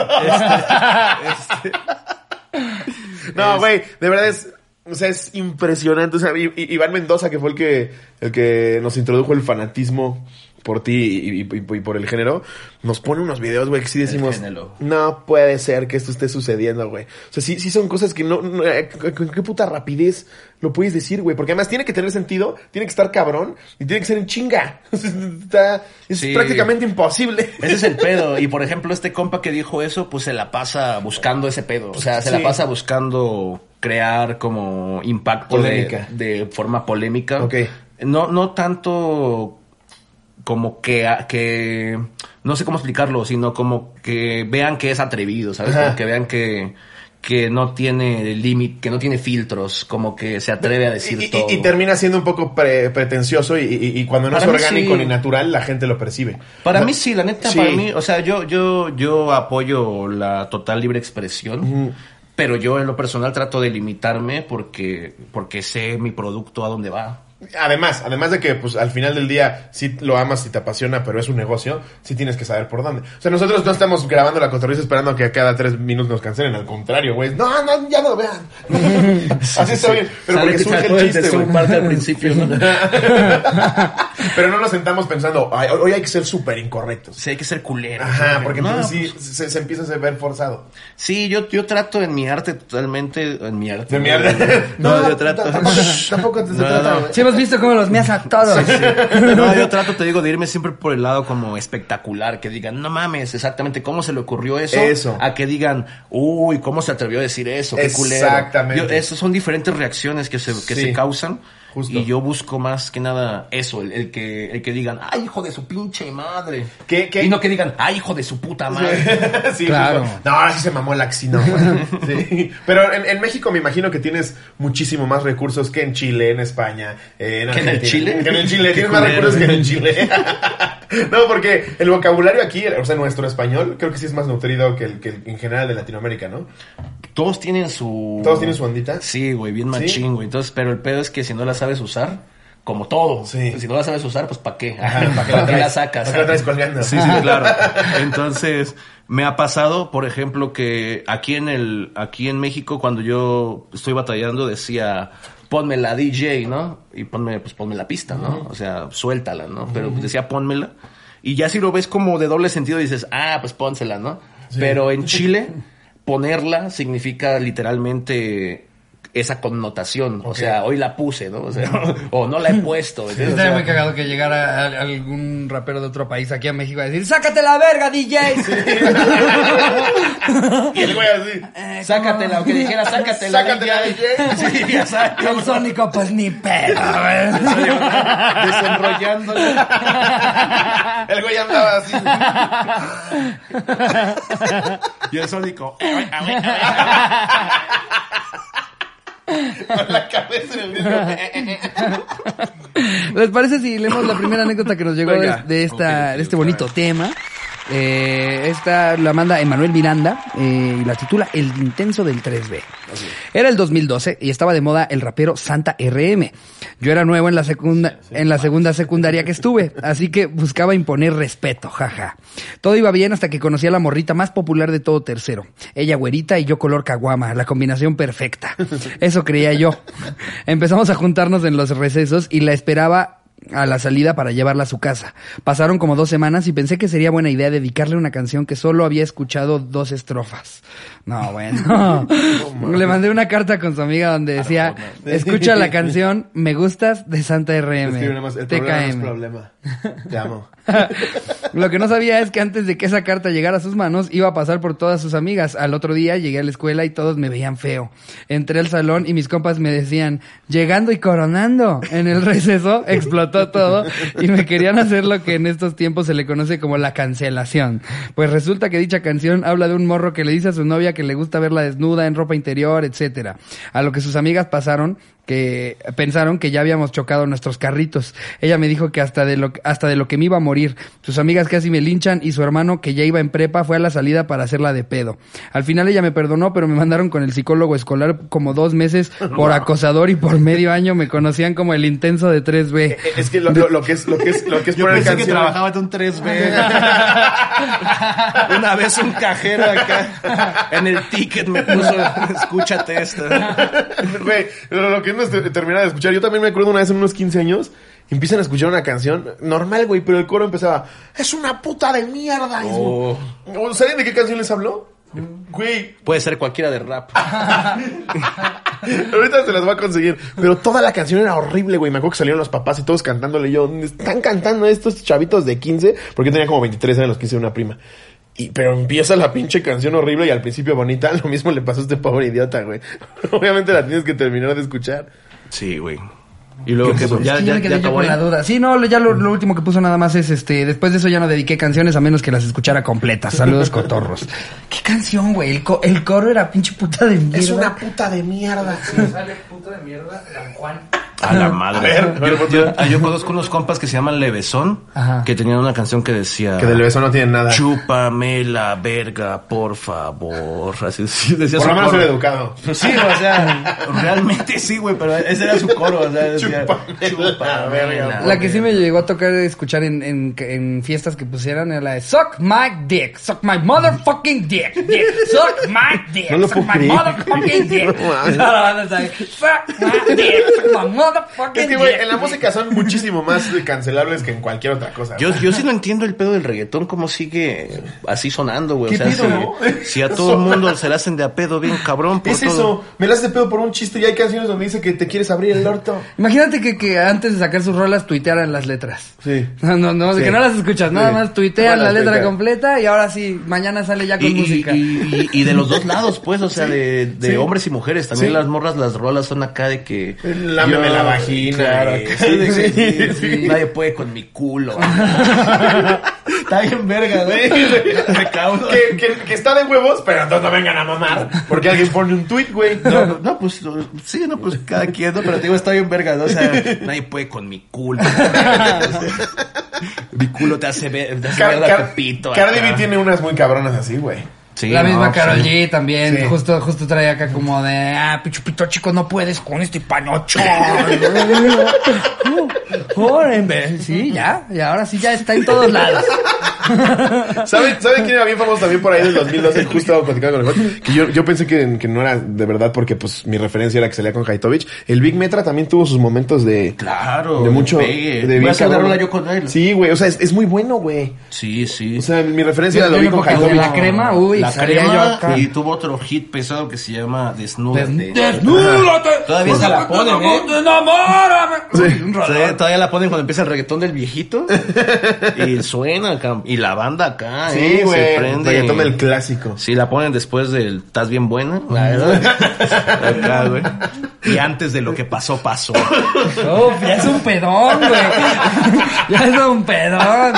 Speaker 2: No, güey, de verdad es, o sea, es impresionante. O sea, I- I- Iván Mendoza, que fue el que, el que nos introdujo el fanatismo por ti y, y- y- y por el género, nos pone unos videos, güey, que sí decimos,
Speaker 3: género.
Speaker 2: no puede ser que esto esté sucediendo, güey. O sea, sí, sí son cosas que no, no, eh, con con qué puta rapidez lo puedes decir, güey. Porque además tiene que tener sentido, tiene que estar cabrón y tiene que ser en chinga. O sea, Está, es
Speaker 3: Sí.
Speaker 2: prácticamente imposible.
Speaker 3: Ese es el pedo. Y por ejemplo, este compa que dijo eso, pues se la pasa buscando ese pedo. O sea, se
Speaker 2: Sí.
Speaker 3: la pasa buscando crear como impacto
Speaker 2: Polémica.
Speaker 3: de, de forma polémica.
Speaker 2: Ok.
Speaker 3: No, no tanto como que, a- que no sé cómo explicarlo, sino como que vean que es atrevido, ¿sabes?
Speaker 2: Ajá.
Speaker 3: Como que vean que que no tiene límite, que no tiene filtros, como que se atreve a decir
Speaker 2: Y, y-
Speaker 3: todo.
Speaker 2: y termina siendo un poco pre- pretencioso y, y- y cuando no
Speaker 3: Para mí
Speaker 2: es orgánico
Speaker 3: sí.
Speaker 2: ni natural, la gente lo percibe.
Speaker 3: Para
Speaker 2: O sea,
Speaker 3: mí sí, la neta,
Speaker 2: sí.
Speaker 3: para mí, o sea, yo, yo, yo apoyo la total libre expresión, pero yo en lo personal trato de limitarme porque, porque sé mi producto a dónde va.
Speaker 2: Además, además de que pues al final del día sí lo amas y te apasiona, pero es un negocio, sí tienes que saber por dónde. O sea, nosotros no estamos grabando la cotorriza esperando que a cada tres minutos nos cancelen, al contrario, güey. No, no, ya no lo vean. Así está bien, pero porque
Speaker 3: Sale que te
Speaker 2: surge el
Speaker 3: acuerdas de
Speaker 2: chiste,
Speaker 3: su
Speaker 2: güey.
Speaker 3: parte al principio, ¿no?
Speaker 2: Pero no nos sentamos pensando, "Ay, hoy hoy hay que ser súper incorrectos.
Speaker 3: Sí, hay que ser culero.
Speaker 2: Ajá, porque
Speaker 3: No,
Speaker 2: entonces
Speaker 3: pues,
Speaker 2: sí se, se empieza a ver forzado.
Speaker 3: Sí, yo, yo trato de mi arte totalmente, en mi arte.
Speaker 2: De mierda.
Speaker 3: No, yo trato.
Speaker 2: Tampoco, tampoco te se
Speaker 3: No,
Speaker 2: trata.
Speaker 3: no.
Speaker 1: Si hemos visto cómo los mías a todos.
Speaker 3: No, yo trato, te digo, de irme siempre por el lado como espectacular, que digan, no mames, exactamente cómo se le ocurrió eso.
Speaker 2: Eso.
Speaker 3: A que digan, uy, cómo se atrevió a decir eso, qué culero.
Speaker 2: Exactamente.
Speaker 3: Yo- esas son diferentes reacciones que se, que
Speaker 2: Sí.
Speaker 3: se causan.
Speaker 2: Justo.
Speaker 3: Y yo busco más que nada eso, el, el que, el que digan, ay, hijo de su pinche madre.
Speaker 2: ¿Qué- qué?
Speaker 3: Y no que digan, ay, hijo de su puta madre.
Speaker 2: sí,
Speaker 1: Claro.
Speaker 2: justo. No, ahora sí se mamó el axino. güey. Sí. Pero en, en México me imagino que tienes muchísimo más recursos que en Chile, en España, eh, en
Speaker 3: ¿Que en el
Speaker 2: Argentina.
Speaker 3: Chile?
Speaker 2: Que en el Chile.
Speaker 3: Qué
Speaker 2: Tienes más
Speaker 3: culero.
Speaker 2: recursos que en el Chile. no, porque el vocabulario aquí, o sea, nuestro español, creo que sí es más nutrido que el, que el en general de Latinoamérica, ¿no?
Speaker 3: Todos tienen su...
Speaker 2: Todos tienen su ondita.
Speaker 3: Sí, güey, bien
Speaker 2: ¿Sí?
Speaker 3: machín, güey. Entonces, pero el pedo es que si no la sabes usar, como todo.
Speaker 2: Sí.
Speaker 3: Si no la sabes usar, pues ¿para qué? ¿Para qué, pa' qué la sacas?
Speaker 2: ¿Para qué la traes colgando?
Speaker 3: Sí, sí, claro. Entonces, me ha pasado, por ejemplo, que aquí en el, aquí en México, cuando yo estoy batallando, decía, ponme la DJ, ¿no? Y ponme, pues ponme la pista, ¿no? O sea, suéltala, ¿no? Pero decía, ponmela. Y ya si lo ves como de doble sentido, dices, ah, pues pónsela, ¿no? Pero en Chile, ponerla significa literalmente esa connotación. O sea, hoy la puse, ¿no? O, sea, o no la he puesto. ¿entiendes? O
Speaker 1: Estaría
Speaker 3: sea,
Speaker 1: muy cagado que llegara a- a algún rapero de otro país aquí a México a decir, ¡sácate la verga, DJ!
Speaker 2: Y el güey así.
Speaker 1: Eh,
Speaker 3: Sácatela, o que dijera, sácatela.
Speaker 2: Sácatela, DJ.
Speaker 3: Sí, exacto.
Speaker 1: El sónico, pues ni pedo, güey.
Speaker 3: Desenrollándola.
Speaker 2: El güey andaba así.
Speaker 3: Y el sónico.
Speaker 2: Con la cabeza en el mismo.
Speaker 1: ¿Les parece si leemos la primera anécdota que nos llegó
Speaker 2: Venga.
Speaker 1: de, de esta,
Speaker 3: Ok, ok,
Speaker 1: de este bonito tema? Eh, esta la manda Emanuel Miranda eh, y la titula El intenso del 3B. Era el 2012 y estaba de moda el rapero Santa RM. Yo era nuevo en la segunda en la segunda secundaria que estuve, así que buscaba imponer respeto, jaja. Todo iba bien hasta que conocí a la morrita más popular de todo tercero. Ella güerita y yo color caguama, la combinación perfecta. Eso creía yo. Empezamos a juntarnos en los recesos y la esperaba a la salida para llevarla a su casa. Pasaron como dos semanas y pensé que sería buena idea dedicarle una canción que solo había escuchado dos estrofas. No, bueno. Le mandé una carta con su amiga donde decía, escucha la canción Me gustas de Santa RM.
Speaker 2: Escribe nada más, el problema no es
Speaker 1: TKM.
Speaker 2: problema. Te amo.
Speaker 1: Lo que no sabía es que antes de que esa carta llegara a sus manos, iba a pasar por todas sus amigas. Al otro día llegué a la escuela y todos me veían feo. Entré al salón y mis compas me decían, llegando y coronando. En el receso explotó todo y me querían hacer lo que en estos tiempos se le conoce como la cancelación. Pues resulta que dicha canción habla de un morro que le dice a su novia que le gusta verla desnuda, en ropa interior, etcétera. A lo que sus amigas pasaron que pensaron que ya habíamos chocado nuestros carritos. Ella me dijo que hasta de lo hasta de lo que me iba a morir. Sus amigas casi me linchan y su hermano que ya iba en prepa fue a la salida para hacerla de pedo. Al final ella me perdonó, pero me mandaron con el psicólogo escolar como dos meses por acosador y por medio año me conocían como el intenso de 3B.
Speaker 2: Eh, Es que lo, lo- lo que es, lo que es, lo que es
Speaker 3: Yo
Speaker 2: poner
Speaker 3: pensé que
Speaker 2: canción-
Speaker 3: trabajaba en un 3B. Una vez un cajero acá en el ticket me puso, escúchate esto.
Speaker 2: Güey, lo, lo que no se termina de escuchar. Yo también me acuerdo una vez en unos 15 años. Empiezan a escuchar una canción normal, güey, pero el coro empezaba. Es una puta de mierda.
Speaker 3: Oh.
Speaker 2: O, ¿Saben de qué canción les habló? Güey,
Speaker 3: Puede ser cualquiera de rap.
Speaker 2: ahorita se las va a conseguir. Pero toda la canción era horrible, güey. Me acuerdo que salieron los papás y todos cantándole. Y yo, están cantando estos chavitos de 15, porque yo tenía como 23 años, los 15 de una prima. Y, pero empieza la pinche canción horrible y al principio bonita. Lo mismo le pasó a este pobre idiota, güey. Obviamente la tienes que terminar de escuchar.
Speaker 3: Sí, güey. Y luego que
Speaker 1: Es
Speaker 3: ya,
Speaker 1: que yo
Speaker 3: ya,
Speaker 1: me
Speaker 3: ya,
Speaker 1: quedé yo
Speaker 3: acabó.
Speaker 1: con la
Speaker 3: ¿eh?
Speaker 1: duda. Sí, no, ya lo, lo último que puso nada más es este. Después de eso ya no dediqué canciones a menos que las escuchara completas. Saludos, cotorros. ¿Qué canción, güey? El, co- el coro era pinche puta de mierda.
Speaker 2: puta de mierda.
Speaker 4: Sale puto de mierda, San Juan.
Speaker 3: A la madre.
Speaker 2: ver, a ver,
Speaker 3: yo, yo- ah, yo conozco unos compas que se llaman Levesón,
Speaker 1: Ajá.
Speaker 3: que tenían una canción que decía...
Speaker 2: Que del beso no tienen nada.
Speaker 3: Chúpame la verga, por favor. Así, sí, decía
Speaker 2: Por lo
Speaker 3: su
Speaker 2: menos
Speaker 3: coro.
Speaker 2: era educado.
Speaker 3: Pues Sí, o sea, realmente sí, güey, pero ese era su coro, o sea, decía,
Speaker 2: Chúpame la verga,
Speaker 3: la
Speaker 1: La que sí me llegó a tocar escuchar en, en- en fiestas que pusieran era la de Suck my dick, suck my motherfucking dick, dick, suck my dick,
Speaker 2: No lo
Speaker 1: suck
Speaker 2: puedo
Speaker 1: my
Speaker 2: creer.
Speaker 1: motherfucking dick.
Speaker 2: No mames.
Speaker 1: Toda la banda sabe, Suck my dick, suck my motherfucking
Speaker 2: Es que, güey, en la
Speaker 1: dick.
Speaker 2: música son muchísimo más cancelables que en cualquier otra cosa.
Speaker 3: Yo, yo sí no entiendo el pedo del reggaetón, cómo sigue así sonando, güey. O
Speaker 2: ¿Qué
Speaker 3: sea,
Speaker 2: pedo,
Speaker 3: si,
Speaker 2: no?
Speaker 3: si a todo el mundo se le hacen de a pedo bien cabrón, por
Speaker 2: es
Speaker 3: todo.
Speaker 2: eso, me la haces de pedo por un chiste y hay canciones donde dice que te quieres abrir el orto.
Speaker 1: Imagínate que, que antes de sacar sus rolas tuitearan las letras.
Speaker 2: Sí.
Speaker 1: No, no, no,
Speaker 2: Sí.
Speaker 1: que no las escuchas, nada
Speaker 2: Sí.
Speaker 1: más tuitean
Speaker 2: No
Speaker 1: la
Speaker 2: las
Speaker 1: letra
Speaker 2: tuitean.
Speaker 1: completa y ahora sí, mañana sale ya con
Speaker 3: Y, y-
Speaker 1: música.
Speaker 3: y- y- y de los dos lados, pues, o sea, de, de
Speaker 2: sí.
Speaker 3: hombres y mujeres. También
Speaker 2: Sí.
Speaker 3: las morras, las rolas son acá de que.
Speaker 2: Lámeme la vagina,
Speaker 3: claro,
Speaker 2: acá.
Speaker 3: sí, de
Speaker 2: Sí,
Speaker 3: que-
Speaker 2: sí.
Speaker 3: Nadie puede con mi culo. Está bien verga, güey. Me cago.
Speaker 2: que, que, que está de huevos, pero entonces no vengan a mamar. Porque alguien pone un tweet, güey.
Speaker 3: No, no, no, pues no, sí, no, pues cada quien, ¿no? Pero te digo, está bien verga, ¿no? O sea, nadie puede con mi culo. mi culo te hace ver, te hace ver
Speaker 2: Car-
Speaker 3: la
Speaker 2: Car-
Speaker 3: pepito.
Speaker 2: Cardi
Speaker 3: acá.
Speaker 2: B tiene unas muy cabronas así, güey.
Speaker 3: Sí,
Speaker 1: la
Speaker 3: no,
Speaker 1: misma
Speaker 3: sí.
Speaker 1: Carol G también,
Speaker 2: Sí.
Speaker 1: justo, justo trae acá como de, ah, pichupito chico, no puedes con este panocho. Jórenme, sí, ya, y ahora sí ya está en todos lados.
Speaker 2: ¿Saben sabe quién era bien famoso también por ahí del 2012? Justo estaba platicando con el Juan, Que yo, yo pensé que, que no era de verdad porque pues mi referencia era que salía con Haitovich. El Big Metra también tuvo sus momentos de...
Speaker 3: Claro.
Speaker 2: De mucho...
Speaker 3: pegue.
Speaker 2: de
Speaker 3: Voy
Speaker 2: bien
Speaker 3: a hacer una
Speaker 2: cabrón.
Speaker 3: rola yo con él.
Speaker 2: Sí, güey. O sea, es, es muy bueno, güey.
Speaker 3: sí. sí.
Speaker 2: O sea, mi referencia era lo
Speaker 1: Yo
Speaker 2: vi
Speaker 1: no
Speaker 2: con
Speaker 1: porque
Speaker 2: Haitovich.
Speaker 1: la crema, uy,
Speaker 3: La La
Speaker 1: Pensaría yo
Speaker 3: crema
Speaker 1: acá.
Speaker 3: y tuvo otro hit pesado que se llama Desnúdate.
Speaker 1: ¡Desnúdate!
Speaker 3: Todavía se la ponen, ¿eh?
Speaker 1: ¡Enamórame! Uy, un rolón.
Speaker 3: Sí, todavía la ponen cuando empieza el reggaetón del viejito. y suena acá. Y la banda acá, ¿eh?
Speaker 2: Sí, güey.
Speaker 3: Se prende.
Speaker 2: Reggaetón del clásico.
Speaker 3: Sí, la ponen después del ¿Estás bien buena? La verdad. Acá, güey. Y antes de lo que pasó, pasó.
Speaker 1: Uf, ya es un pedón, güey. ya es un pedón.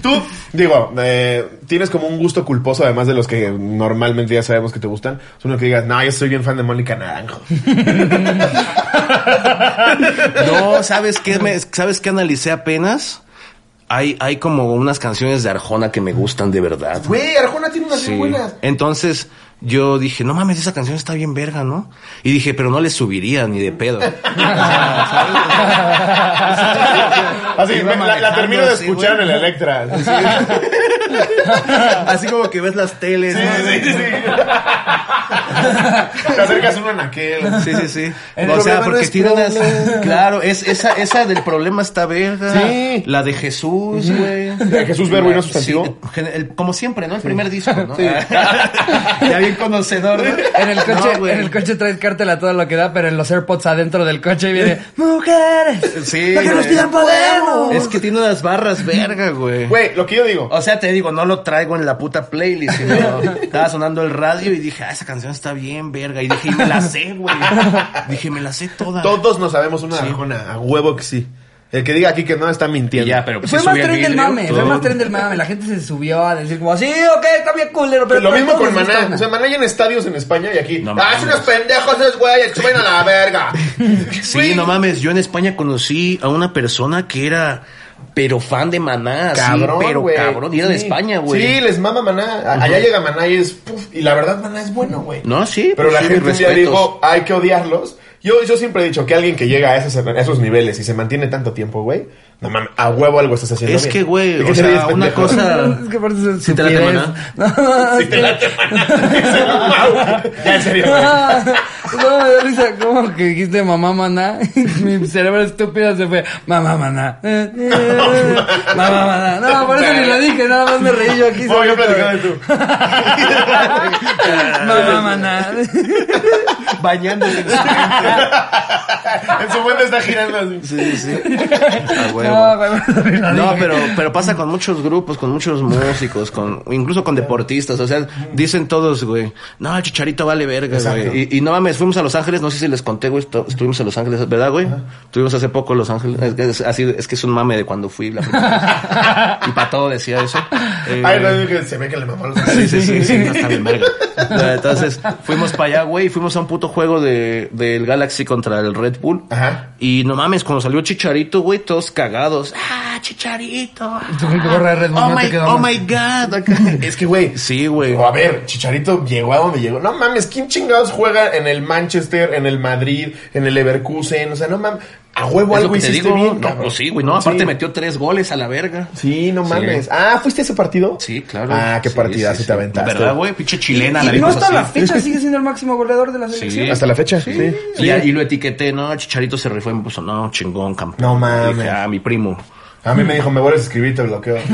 Speaker 2: Tú, digo, eh, tienes como un gusto culposo, además de los que normalmente ya sabemos que te gustan. Es uno que digas, no, yo soy bien fan de Mónica Naranjo.
Speaker 3: No, ¿sabes qué? me- ¿Sabes qué analicé apenas? Hay, hay como unas canciones de Arjona que me gustan de verdad.
Speaker 2: Güey, Arjona tiene unas
Speaker 3: Sí. Entonces yo dije, no mames, esa canción está bien verga, ¿no? Y dije, pero no le subiría ni de pedo.
Speaker 2: Así, me- la, la
Speaker 3: Iba manejando,
Speaker 2: termino de
Speaker 3: sí,
Speaker 2: escuchar
Speaker 3: güey.
Speaker 2: en el Electra. Sí,
Speaker 3: Así como que ves las teles,
Speaker 2: sí,
Speaker 3: ¿no?
Speaker 2: sí, sí. Te acercas uno en aquel.
Speaker 3: Sí, sí, sí.
Speaker 2: El
Speaker 3: o
Speaker 2: problema
Speaker 3: sea,
Speaker 2: no
Speaker 3: porque
Speaker 2: es
Speaker 3: tiene unas.
Speaker 2: problema.
Speaker 3: Claro, es, esa, esa del problema está verga.
Speaker 2: Sí.
Speaker 3: La de Jesús, güey.
Speaker 2: De Jesús, verbo y no
Speaker 3: Sí,
Speaker 2: sustantivo.
Speaker 3: gen- el- como siempre, ¿no? El primer disco, ¿no? ya bien conocedor, ¿no?
Speaker 1: En el coche,
Speaker 3: No, güey.
Speaker 1: en el coche traes cártela todo lo que da, pero en los AirPods adentro del coche viene mujeres.
Speaker 3: Sí.
Speaker 1: Para que nos
Speaker 3: güey.
Speaker 1: pidan podemos.
Speaker 3: Es que tiene unas barras verga, güey.
Speaker 2: Güey, lo que yo digo.
Speaker 3: O sea, te digo, no lo traigo en la puta playlist, sino estaba sonando el radio y dije, ah, esa canción está bien, verga. Y dije, y me la sé, güey. Dije, me la sé toda.
Speaker 2: Todos nos sabemos una de Arjona, a huevo que sí. El que diga aquí que no está
Speaker 3: Y
Speaker 2: mintiendo.
Speaker 3: ya, pero pues,
Speaker 1: Fue
Speaker 3: sí
Speaker 1: más
Speaker 3: subí el
Speaker 1: tren del
Speaker 3: vidrio,
Speaker 1: mame, fue
Speaker 3: todo.
Speaker 1: más tren del mame. La gente se subió a decir como, sí, ok, está bien culero. Pero
Speaker 2: lo
Speaker 1: pero
Speaker 2: mismo
Speaker 1: todos
Speaker 2: con
Speaker 1: nos gusta
Speaker 2: Maná.
Speaker 1: una".
Speaker 2: O sea, Maná hay en estadios en España y aquí.
Speaker 3: No
Speaker 2: ah, son
Speaker 3: mames.
Speaker 2: unos pendejos esos güeyes que suben a la verga.
Speaker 3: Sí, no mames, yo en España conocí a una persona que era pero fan de Maná, así,
Speaker 2: Cabrón,
Speaker 3: pero
Speaker 2: güey.
Speaker 3: cabrón, y era de
Speaker 2: Sí.
Speaker 3: España, güey.
Speaker 2: Sí, les mama Maná. A- Allá llega Maná y es... puf, y la verdad, Maná es bueno, güey.
Speaker 3: No, sí,
Speaker 2: Pero
Speaker 3: pues
Speaker 2: la
Speaker 3: sí,
Speaker 2: gente un
Speaker 3: mis
Speaker 2: día
Speaker 3: respetos.
Speaker 2: dijo, hay que odiarlos. Yo, yo siempre he dicho que alguien que llega a esos, a esos niveles y se mantiene tanto tiempo, güey, no mames, a huevo algo estás haciendo
Speaker 3: Es
Speaker 2: bien.
Speaker 3: que, güey,
Speaker 2: ¿De qué te
Speaker 3: o sea,
Speaker 2: ríes,
Speaker 3: una
Speaker 2: pendejo?
Speaker 3: cosa-
Speaker 1: Es que aparte es
Speaker 3: Sí te late
Speaker 1: estupidez.
Speaker 3: Maná.
Speaker 1: No,
Speaker 2: Sí, te late, Maná. Dice el Mau. Ya, en serio, güey.
Speaker 1: Ah, No, me da risa, ¿cómo que dijiste mamá maná? Mi cerebro estúpido se fue, mamá maná. Eh, eh, Mamá maná. No, por eso ni lo dije, nada más me reí yo aquí.
Speaker 2: Mau, ya
Speaker 1: solito.
Speaker 2: platicaba de tú.
Speaker 1: Mamá maná.
Speaker 3: bañándose.
Speaker 2: En su mente está girando así.
Speaker 3: sí, sí. A huevo.
Speaker 1: No, güey, por eso ni lo
Speaker 3: No,
Speaker 1: dije.
Speaker 3: pero, pero pasa con muchos grupos, con muchos músicos, con incluso con deportistas. O sea, dicen todos, güey, no, el chicharito vale verga,
Speaker 2: Exacto.
Speaker 3: güey. Y, y no mames, fuimos a Los Ángeles, no sé si les conté, güey, estu- estuvimos a Los Ángeles, ¿verdad, güey? Estuvimos hace poco a Los Ángeles. Es, que es- así, es que es un mame de cuando fui la primera vez. Y para todo decía eso. Eh,
Speaker 2: Ay, no, dije, se ve que le mamó los
Speaker 3: Sí, sí, sí, sí, no está bien, verga. Entonces, fuimos para allá, güey, y fuimos a un puto juego de, del Galaxy contra el Red Bull.
Speaker 2: Ajá.
Speaker 3: Y no mames, cuando salió Chicharito, güey, todos cagados. ¡Ah, Chicharito!
Speaker 1: Tu gorra de Red Bull
Speaker 3: oh
Speaker 1: no te
Speaker 3: my,
Speaker 1: quedó
Speaker 3: oh
Speaker 1: mal.
Speaker 3: my God. acá.
Speaker 2: Es que, güey.
Speaker 3: Sí, güey.
Speaker 2: O a ver, Chicharito llegó a donde llegó. No mames, ¿quién chingados juega en el Manchester, en el Madrid, en el Leverkusen? O sea, no mames. A huevo
Speaker 3: Es lo
Speaker 2: algo
Speaker 3: que te
Speaker 2: hiciste
Speaker 3: digo.
Speaker 2: bien.
Speaker 3: no,
Speaker 2: cabrón.
Speaker 3: pues sí, güey, no. Aparte metió tres goles a la verga.
Speaker 2: Sí, no
Speaker 3: Sí.
Speaker 2: mames. Ah, ¿fuiste a ese partido?
Speaker 3: Sí, claro.
Speaker 2: Ah, qué
Speaker 3: Sí,
Speaker 2: partida
Speaker 3: sí,
Speaker 2: se
Speaker 3: sí.
Speaker 2: te aventaste.
Speaker 3: ¿Verdad, güey? Pinche chilena. la
Speaker 1: Y no
Speaker 3: vimos
Speaker 1: hasta la
Speaker 3: así.
Speaker 1: fecha sigue siendo el máximo goleador de la selección.
Speaker 3: Sí.
Speaker 2: Hasta la fecha, sí.
Speaker 3: Y, ya- y lo etiqueté, no, Chicharito se rifó y me puso, no, chingón, campeón.
Speaker 2: No mames.
Speaker 3: Y dije, ah, mi primo.
Speaker 2: A mí me dijo, me vuelves a escribir, te bloqueo.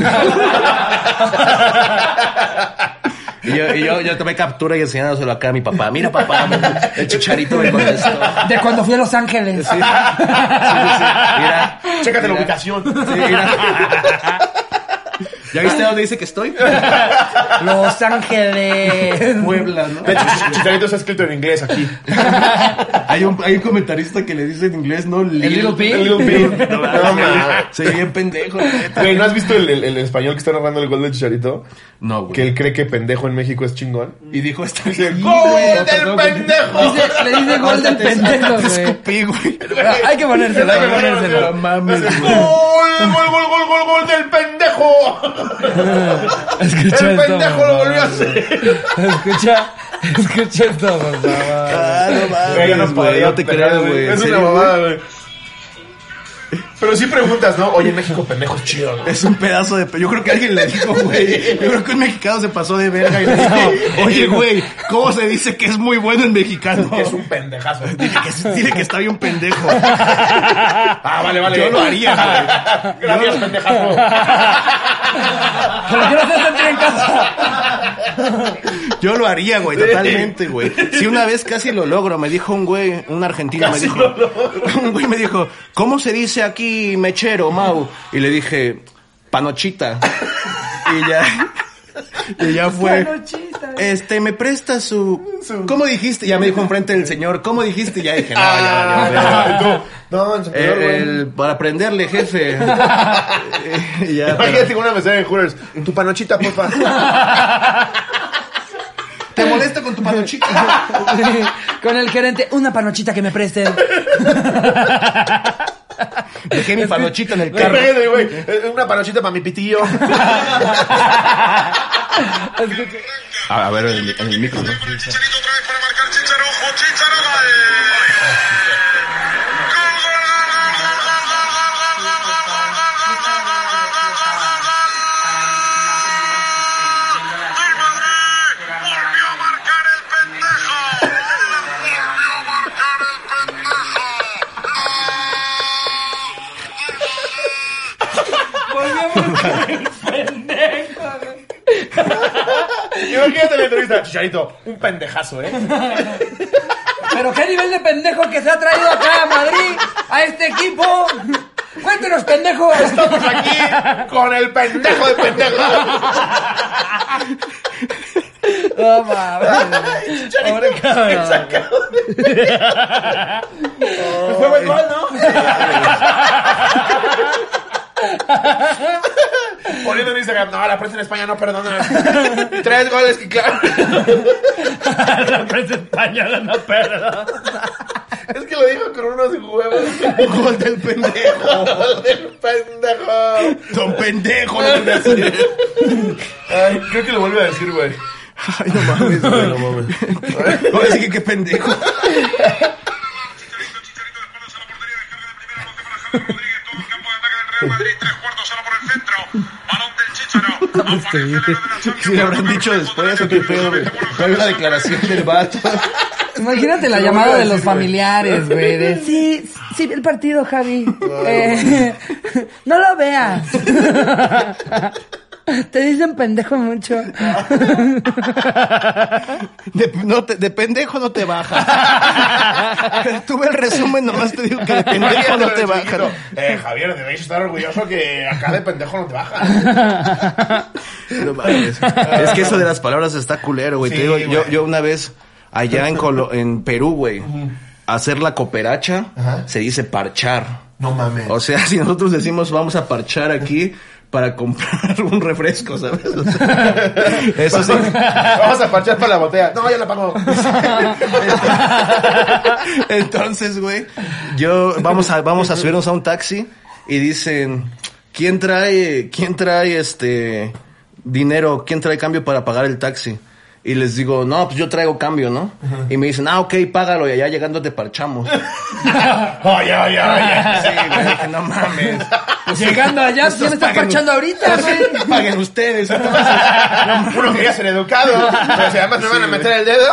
Speaker 3: Y yo, y yo, yo tomé captura y enseñándoselo acá a mi papá. Mira, papá, el Chicharito me contestó.
Speaker 1: De cuando fui a Los Ángeles.
Speaker 3: Sí, sí, sí. Mira,
Speaker 2: Chécate la
Speaker 3: mira.
Speaker 2: ubicación.
Speaker 3: Sí, mira. ¿Ya viste dónde dice que estoy?
Speaker 1: Los Ángeles.
Speaker 3: Puebla, ¿no?
Speaker 2: De hecho, Ch- Chicharito está escrito en inglés aquí.
Speaker 3: Hay un, hay un comentarista que le dice en inglés, ¿no? Lil,
Speaker 1: Little Pig?
Speaker 2: El Little Big.
Speaker 3: No,
Speaker 2: No mames.
Speaker 3: Se ve bien pendejo, la neta.
Speaker 2: Güey, ¿no has visto el, el- el español que está narrando el gol de Chicharito?
Speaker 3: No, güey.
Speaker 2: Que él cree que pendejo en México es chingón.
Speaker 3: Y dijo esta
Speaker 2: Dice,
Speaker 3: Sí,
Speaker 2: ¡Gol
Speaker 3: güey, no,
Speaker 2: del
Speaker 3: perdón, güey.
Speaker 2: pendejo!
Speaker 1: Dice- le dice gol del
Speaker 3: Hasta te-
Speaker 1: pendejo,
Speaker 3: hasta te
Speaker 1: güey.
Speaker 3: escupí, güey.
Speaker 1: Hay que ponérselo, hay que
Speaker 3: No
Speaker 1: ponérselo.
Speaker 3: mames,
Speaker 2: ¡Gol!
Speaker 3: güey.
Speaker 2: ¡Gol, gol, gol, gol, gol del pendejo!
Speaker 1: Escucha
Speaker 2: ¡El
Speaker 1: esto,
Speaker 2: pendejo
Speaker 1: mamá.
Speaker 2: lo volvió a hacer!
Speaker 1: Escucha, escucha esto, por favor.
Speaker 3: Ah, no
Speaker 2: Güey, yo
Speaker 3: mames, güey.
Speaker 2: podía
Speaker 3: No te
Speaker 2: dejar,
Speaker 3: creas, güey. ¿En
Speaker 2: Es una
Speaker 3: serio, güey?
Speaker 2: mamada, güey. Pero sí preguntas, ¿no? Oye, en México pendejo es chido, ¿no?
Speaker 3: Es un pedazo de... pe- Yo creo que alguien le dijo, güey. Yo creo que un mexicano se pasó de verga y le dijo, oye, güey, ¿cómo se dice que es muy bueno en mexicano?
Speaker 2: Que es un pendejazo.
Speaker 3: Dile que, sí- dile que está bien pendejo.
Speaker 2: Ah, vale, vale.
Speaker 3: Yo lo haría,
Speaker 2: Gracias, pendejazo.
Speaker 1: ¿Por qué no se hacen en casa?
Speaker 3: güey. Yo lo haría, güey, totalmente, güey. Si una vez casi lo logro, me dijo un güey, un argentino, me dijo, un güey me dijo, ¿cómo se dice aquí mechero, Mau? Y le dije, panochita. Y ya, y ya fue. Este, me presta su, ¿cómo dijiste? Ya me dijo enfrente del señor, ¿cómo dijiste? Y ya dije, no, ya, ya, ya.
Speaker 2: No, en su
Speaker 3: El-
Speaker 2: Ah, peor, güey.
Speaker 3: el- para prenderle, jefe. Y ya, pero-
Speaker 2: Imagínate una mensaje de Hooters. Tu panochita, porfa.
Speaker 3: Te molesto con tu panochita.
Speaker 1: Con el gerente, una panochita que me preste.
Speaker 3: Dejé mi panochita en el carro.
Speaker 2: Imagínate, güey. eh, Una panochita para mi pitillo.
Speaker 3: A ver, en el, micro, ¿no?
Speaker 5: Chicharito otra vez para marcar Chicharo, ojo, Chicharo, dale. Gol, gol, gol, gol, gol, gol, gol, gol, gol, gol, gol, gol, gol, gol, gol, gol, gol, gol. ¡Ay, Madrid! ¡Volvió a marcar el pendejo! ¡Volvió a marcar el pendejo!
Speaker 2: Imagínate la entrevista. Chicharito, un pendejazo, ¿eh?
Speaker 1: Pero qué nivel de pendejo que se ha traído acá a Madrid, a este equipo. Cuéntenos, pendejos.
Speaker 2: Estamos Pues aquí con el pendejo de pendejo.
Speaker 1: No mames. Pobre cabrón.
Speaker 2: Fue buen gol, ¿no? Poniendo en Instagram, no, la prensa en España no perdona. Tres goles que claro.
Speaker 6: La prensa española no perdona.
Speaker 2: Es que lo dijo con unos huevos.
Speaker 3: Gol del pendejo.
Speaker 2: Gol del pendejo.
Speaker 3: Don pendejo. lo quería hacer.
Speaker 2: Ay, creo que lo vuelve a decir, güey.
Speaker 3: Ay, no mames, güey, no mames. Ahora sí que qué pendejo.
Speaker 5: Chicharito, Chicharito, de espaldas a la portería, descarga de primera, bote para Javier Rodríguez, todo el campo de ataque del Real Madrid, tres cuartos, solo por el centro. Balón del Chicharo. Aparece el héroe de la Champions.
Speaker 3: Si le habrán dicho después o qué pedo, güey. Hay una declaración del vato.
Speaker 1: Imagínate la llamada de los familiares, güey. de, sí, sí, vi el partido, Javi. Eh, no lo veas. Te dicen pendejo mucho.
Speaker 3: De, no te- de pendejo no te baja. Tuve el resumen, nomás te digo que de pendejo no te baja.
Speaker 2: Eh, Javier, debéis estar orgulloso que acá de pendejo no te baja.
Speaker 3: No mames. Es que eso de las palabras está culero, güey.
Speaker 2: Sí,
Speaker 3: Te digo, yo,
Speaker 2: güey.
Speaker 3: yo una vez, allá en, Colo- en Perú, güey, hacer la cooperacha
Speaker 2: Ajá.
Speaker 3: se dice parchar.
Speaker 2: No mames.
Speaker 3: O sea, si nosotros decimos vamos a parchar aquí para comprar un refresco, ¿sabes? O sea, eso sí.
Speaker 2: Vamos a parchar para la botella. No, ya la pago.
Speaker 3: Entonces, güey, yo vamos a vamos a subirnos a un taxi y dicen, "¿Quién trae quién trae este dinero? ¿Quién trae cambio para pagar el taxi?" Y les digo, "No, pues yo traigo cambio, ¿no?" Y me dicen, "Ah, ok, págalo y allá llegando te parchamos."
Speaker 2: Oye, oye, oye.
Speaker 3: Sí, güey, dije, "No mames."
Speaker 1: Llegando allá, ¿quién está
Speaker 3: paguen-
Speaker 1: parchando ahorita, güey?
Speaker 3: Paguen ustedes.
Speaker 2: Uno quería ser educado, pero si además me van a meter el dedo.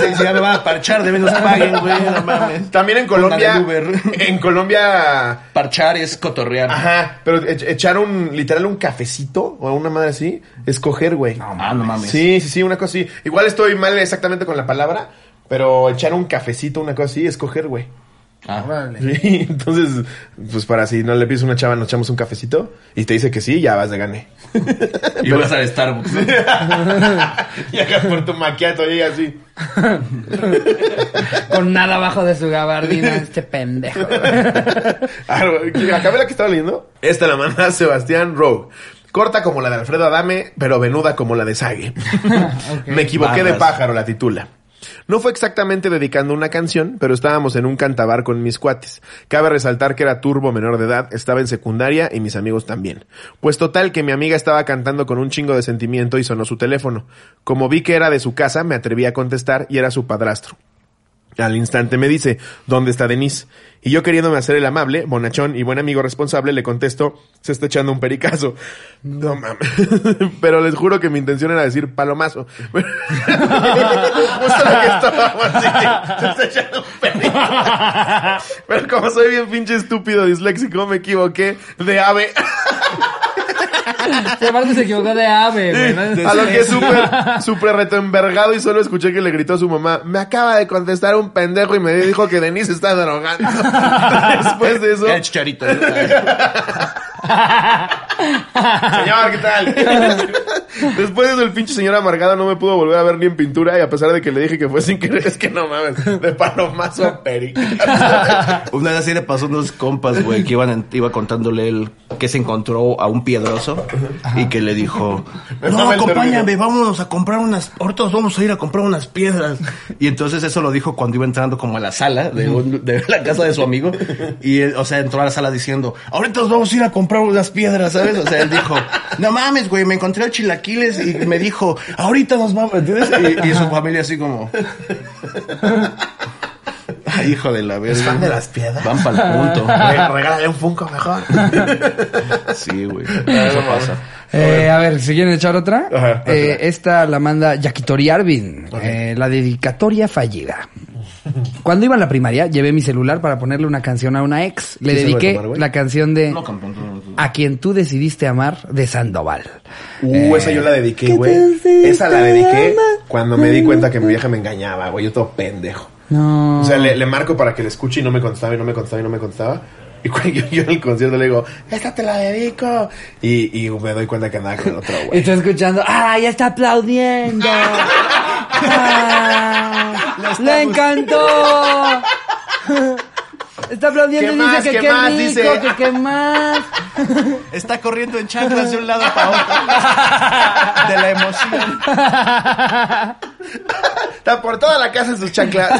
Speaker 3: Sí, sí, ya me van a parchar, de menos paguen, güey, no mames.
Speaker 2: También en Colombia.
Speaker 3: Pongan el Uber.
Speaker 2: En Colombia.
Speaker 3: Parchar es cotorrear.
Speaker 2: Ajá, pero e- echar un, literal, un cafecito o una madre así, escoger, güey.
Speaker 3: Ah, no mames.
Speaker 2: Sí, sí, sí, una cosa así. Igual estoy mal exactamente con la palabra, pero echar un cafecito, una cosa así, es coger, güey.
Speaker 3: Ah.
Speaker 2: Sí, entonces, pues para si no le pides a una chava, nos echamos un cafecito y te dice que sí, ya vas de gane.
Speaker 3: Y vas al Starbucks. ¿no?
Speaker 2: y acá por tu maquiato llega así.
Speaker 1: Con nada abajo de su gabardina, este pendejo.
Speaker 2: Acabé la que estaba leyendo. Esta la manda Sebastián Rowe. Corta como la de Alfredo Adame, pero venuda como la de Sage. Me equivoqué de
Speaker 3: Barras.
Speaker 2: pájaro, la titula. No fue exactamente dedicando una canción, pero estábamos en un cantabar con mis cuates. Cabe resaltar que era turbo menor de edad, estaba en secundaria y mis amigos también. Pues total que mi amiga estaba cantando con un chingo de sentimiento y sonó su teléfono. Como vi que era de su casa, me atreví a contestar y era su padrastro. Al instante me dice, ¿dónde está Denise? Y yo queriéndome hacer el amable, bonachón y buen amigo responsable, le contesto, se está echando un pericazo. No mames. Pero les juro que mi intención era decir palomazo. Justo lo que estábamos así, se está echando un pericazo. Pero como soy bien pinche estúpido disléxico, me equivoqué de ave.
Speaker 1: Sí, aparte se equivocó de ave, güey. ¿no?
Speaker 2: A lo que súper, súper retoenvergado y solo escuché que le gritó a su mamá, me acaba de contestar un pendejo y me dijo que Denise está drogando. Después de eso,
Speaker 3: Era el chicharito. ¿no?
Speaker 2: señor, ¿qué tal? Después de eso, el pinche señor amargado no me pudo volver a ver ni en pintura y a pesar de que le dije que fue sin querer, es que no mames, de palomazo a perica.
Speaker 3: Una vez así le pasó a unos compas, güey, que iban en- iba contándole él que se encontró a un piedroso y que le dijo,
Speaker 2: Me
Speaker 3: no,
Speaker 2: mama el
Speaker 3: acompáñame, vámonos a comprar unas, ahorita nos vamos a ir a comprar unas piedras. Y entonces eso lo dijo cuando iba entrando como a la sala de, un- de la casa de su amigo y, él, o sea, entró a la sala diciendo, ahorita nos vamos a ir a comprar unas piedras, ¿sabes? O sea, él dijo, no mames, güey, me encontré a Chilaquiles y me dijo, ahorita nos vamos, ¿entiendes? Y, y su familia así como... Ay, hijo de la verga.
Speaker 2: fan de las piedras?
Speaker 3: Van para el punto.
Speaker 2: Re- Regálale un Funko mejor.
Speaker 3: Sí, güey. Eso pasa.
Speaker 1: Eh, a ver, si quieren echar otra.
Speaker 2: Ajá,
Speaker 1: Eh, esta la manda Yakitori Arvin, eh, la dedicatoria fallida. Cuando iba a la primaria, llevé mi celular para ponerle una canción a una ex. Le
Speaker 2: Sí se puede
Speaker 1: dediqué
Speaker 2: tomar, güey.
Speaker 1: la canción de
Speaker 3: No, campeón. tú no- tú-
Speaker 1: A quien tú decidiste amar de Sandoval.
Speaker 3: Eh,
Speaker 2: Uh, esa yo la dediqué, güey. Esa la dediqué cuando me di cuenta que mi vieja me engañaba, güey. Yo todo pendejo.
Speaker 1: No.
Speaker 2: O sea, le, le marco para que le escuche y no me contestaba, y no me contestaba, y no me contestaba. Y cuando yo, yo en el concierto le digo, esta te la dedico. Y, y me doy cuenta que andaba con el otro,
Speaker 1: Y
Speaker 2: güey.
Speaker 1: está escuchando, ¡ah, ya está aplaudiendo! Ah, ¡Le encantó! Está aplaudiendo
Speaker 2: ¿Qué
Speaker 1: y dice
Speaker 2: más?
Speaker 1: que
Speaker 2: ¿Qué
Speaker 1: qué
Speaker 2: más?
Speaker 1: rico,
Speaker 2: Dice.
Speaker 1: que qué más.
Speaker 3: Está corriendo en chanclas de un lado para otro. De la emoción.
Speaker 2: Está por toda la casa en sus chanclas.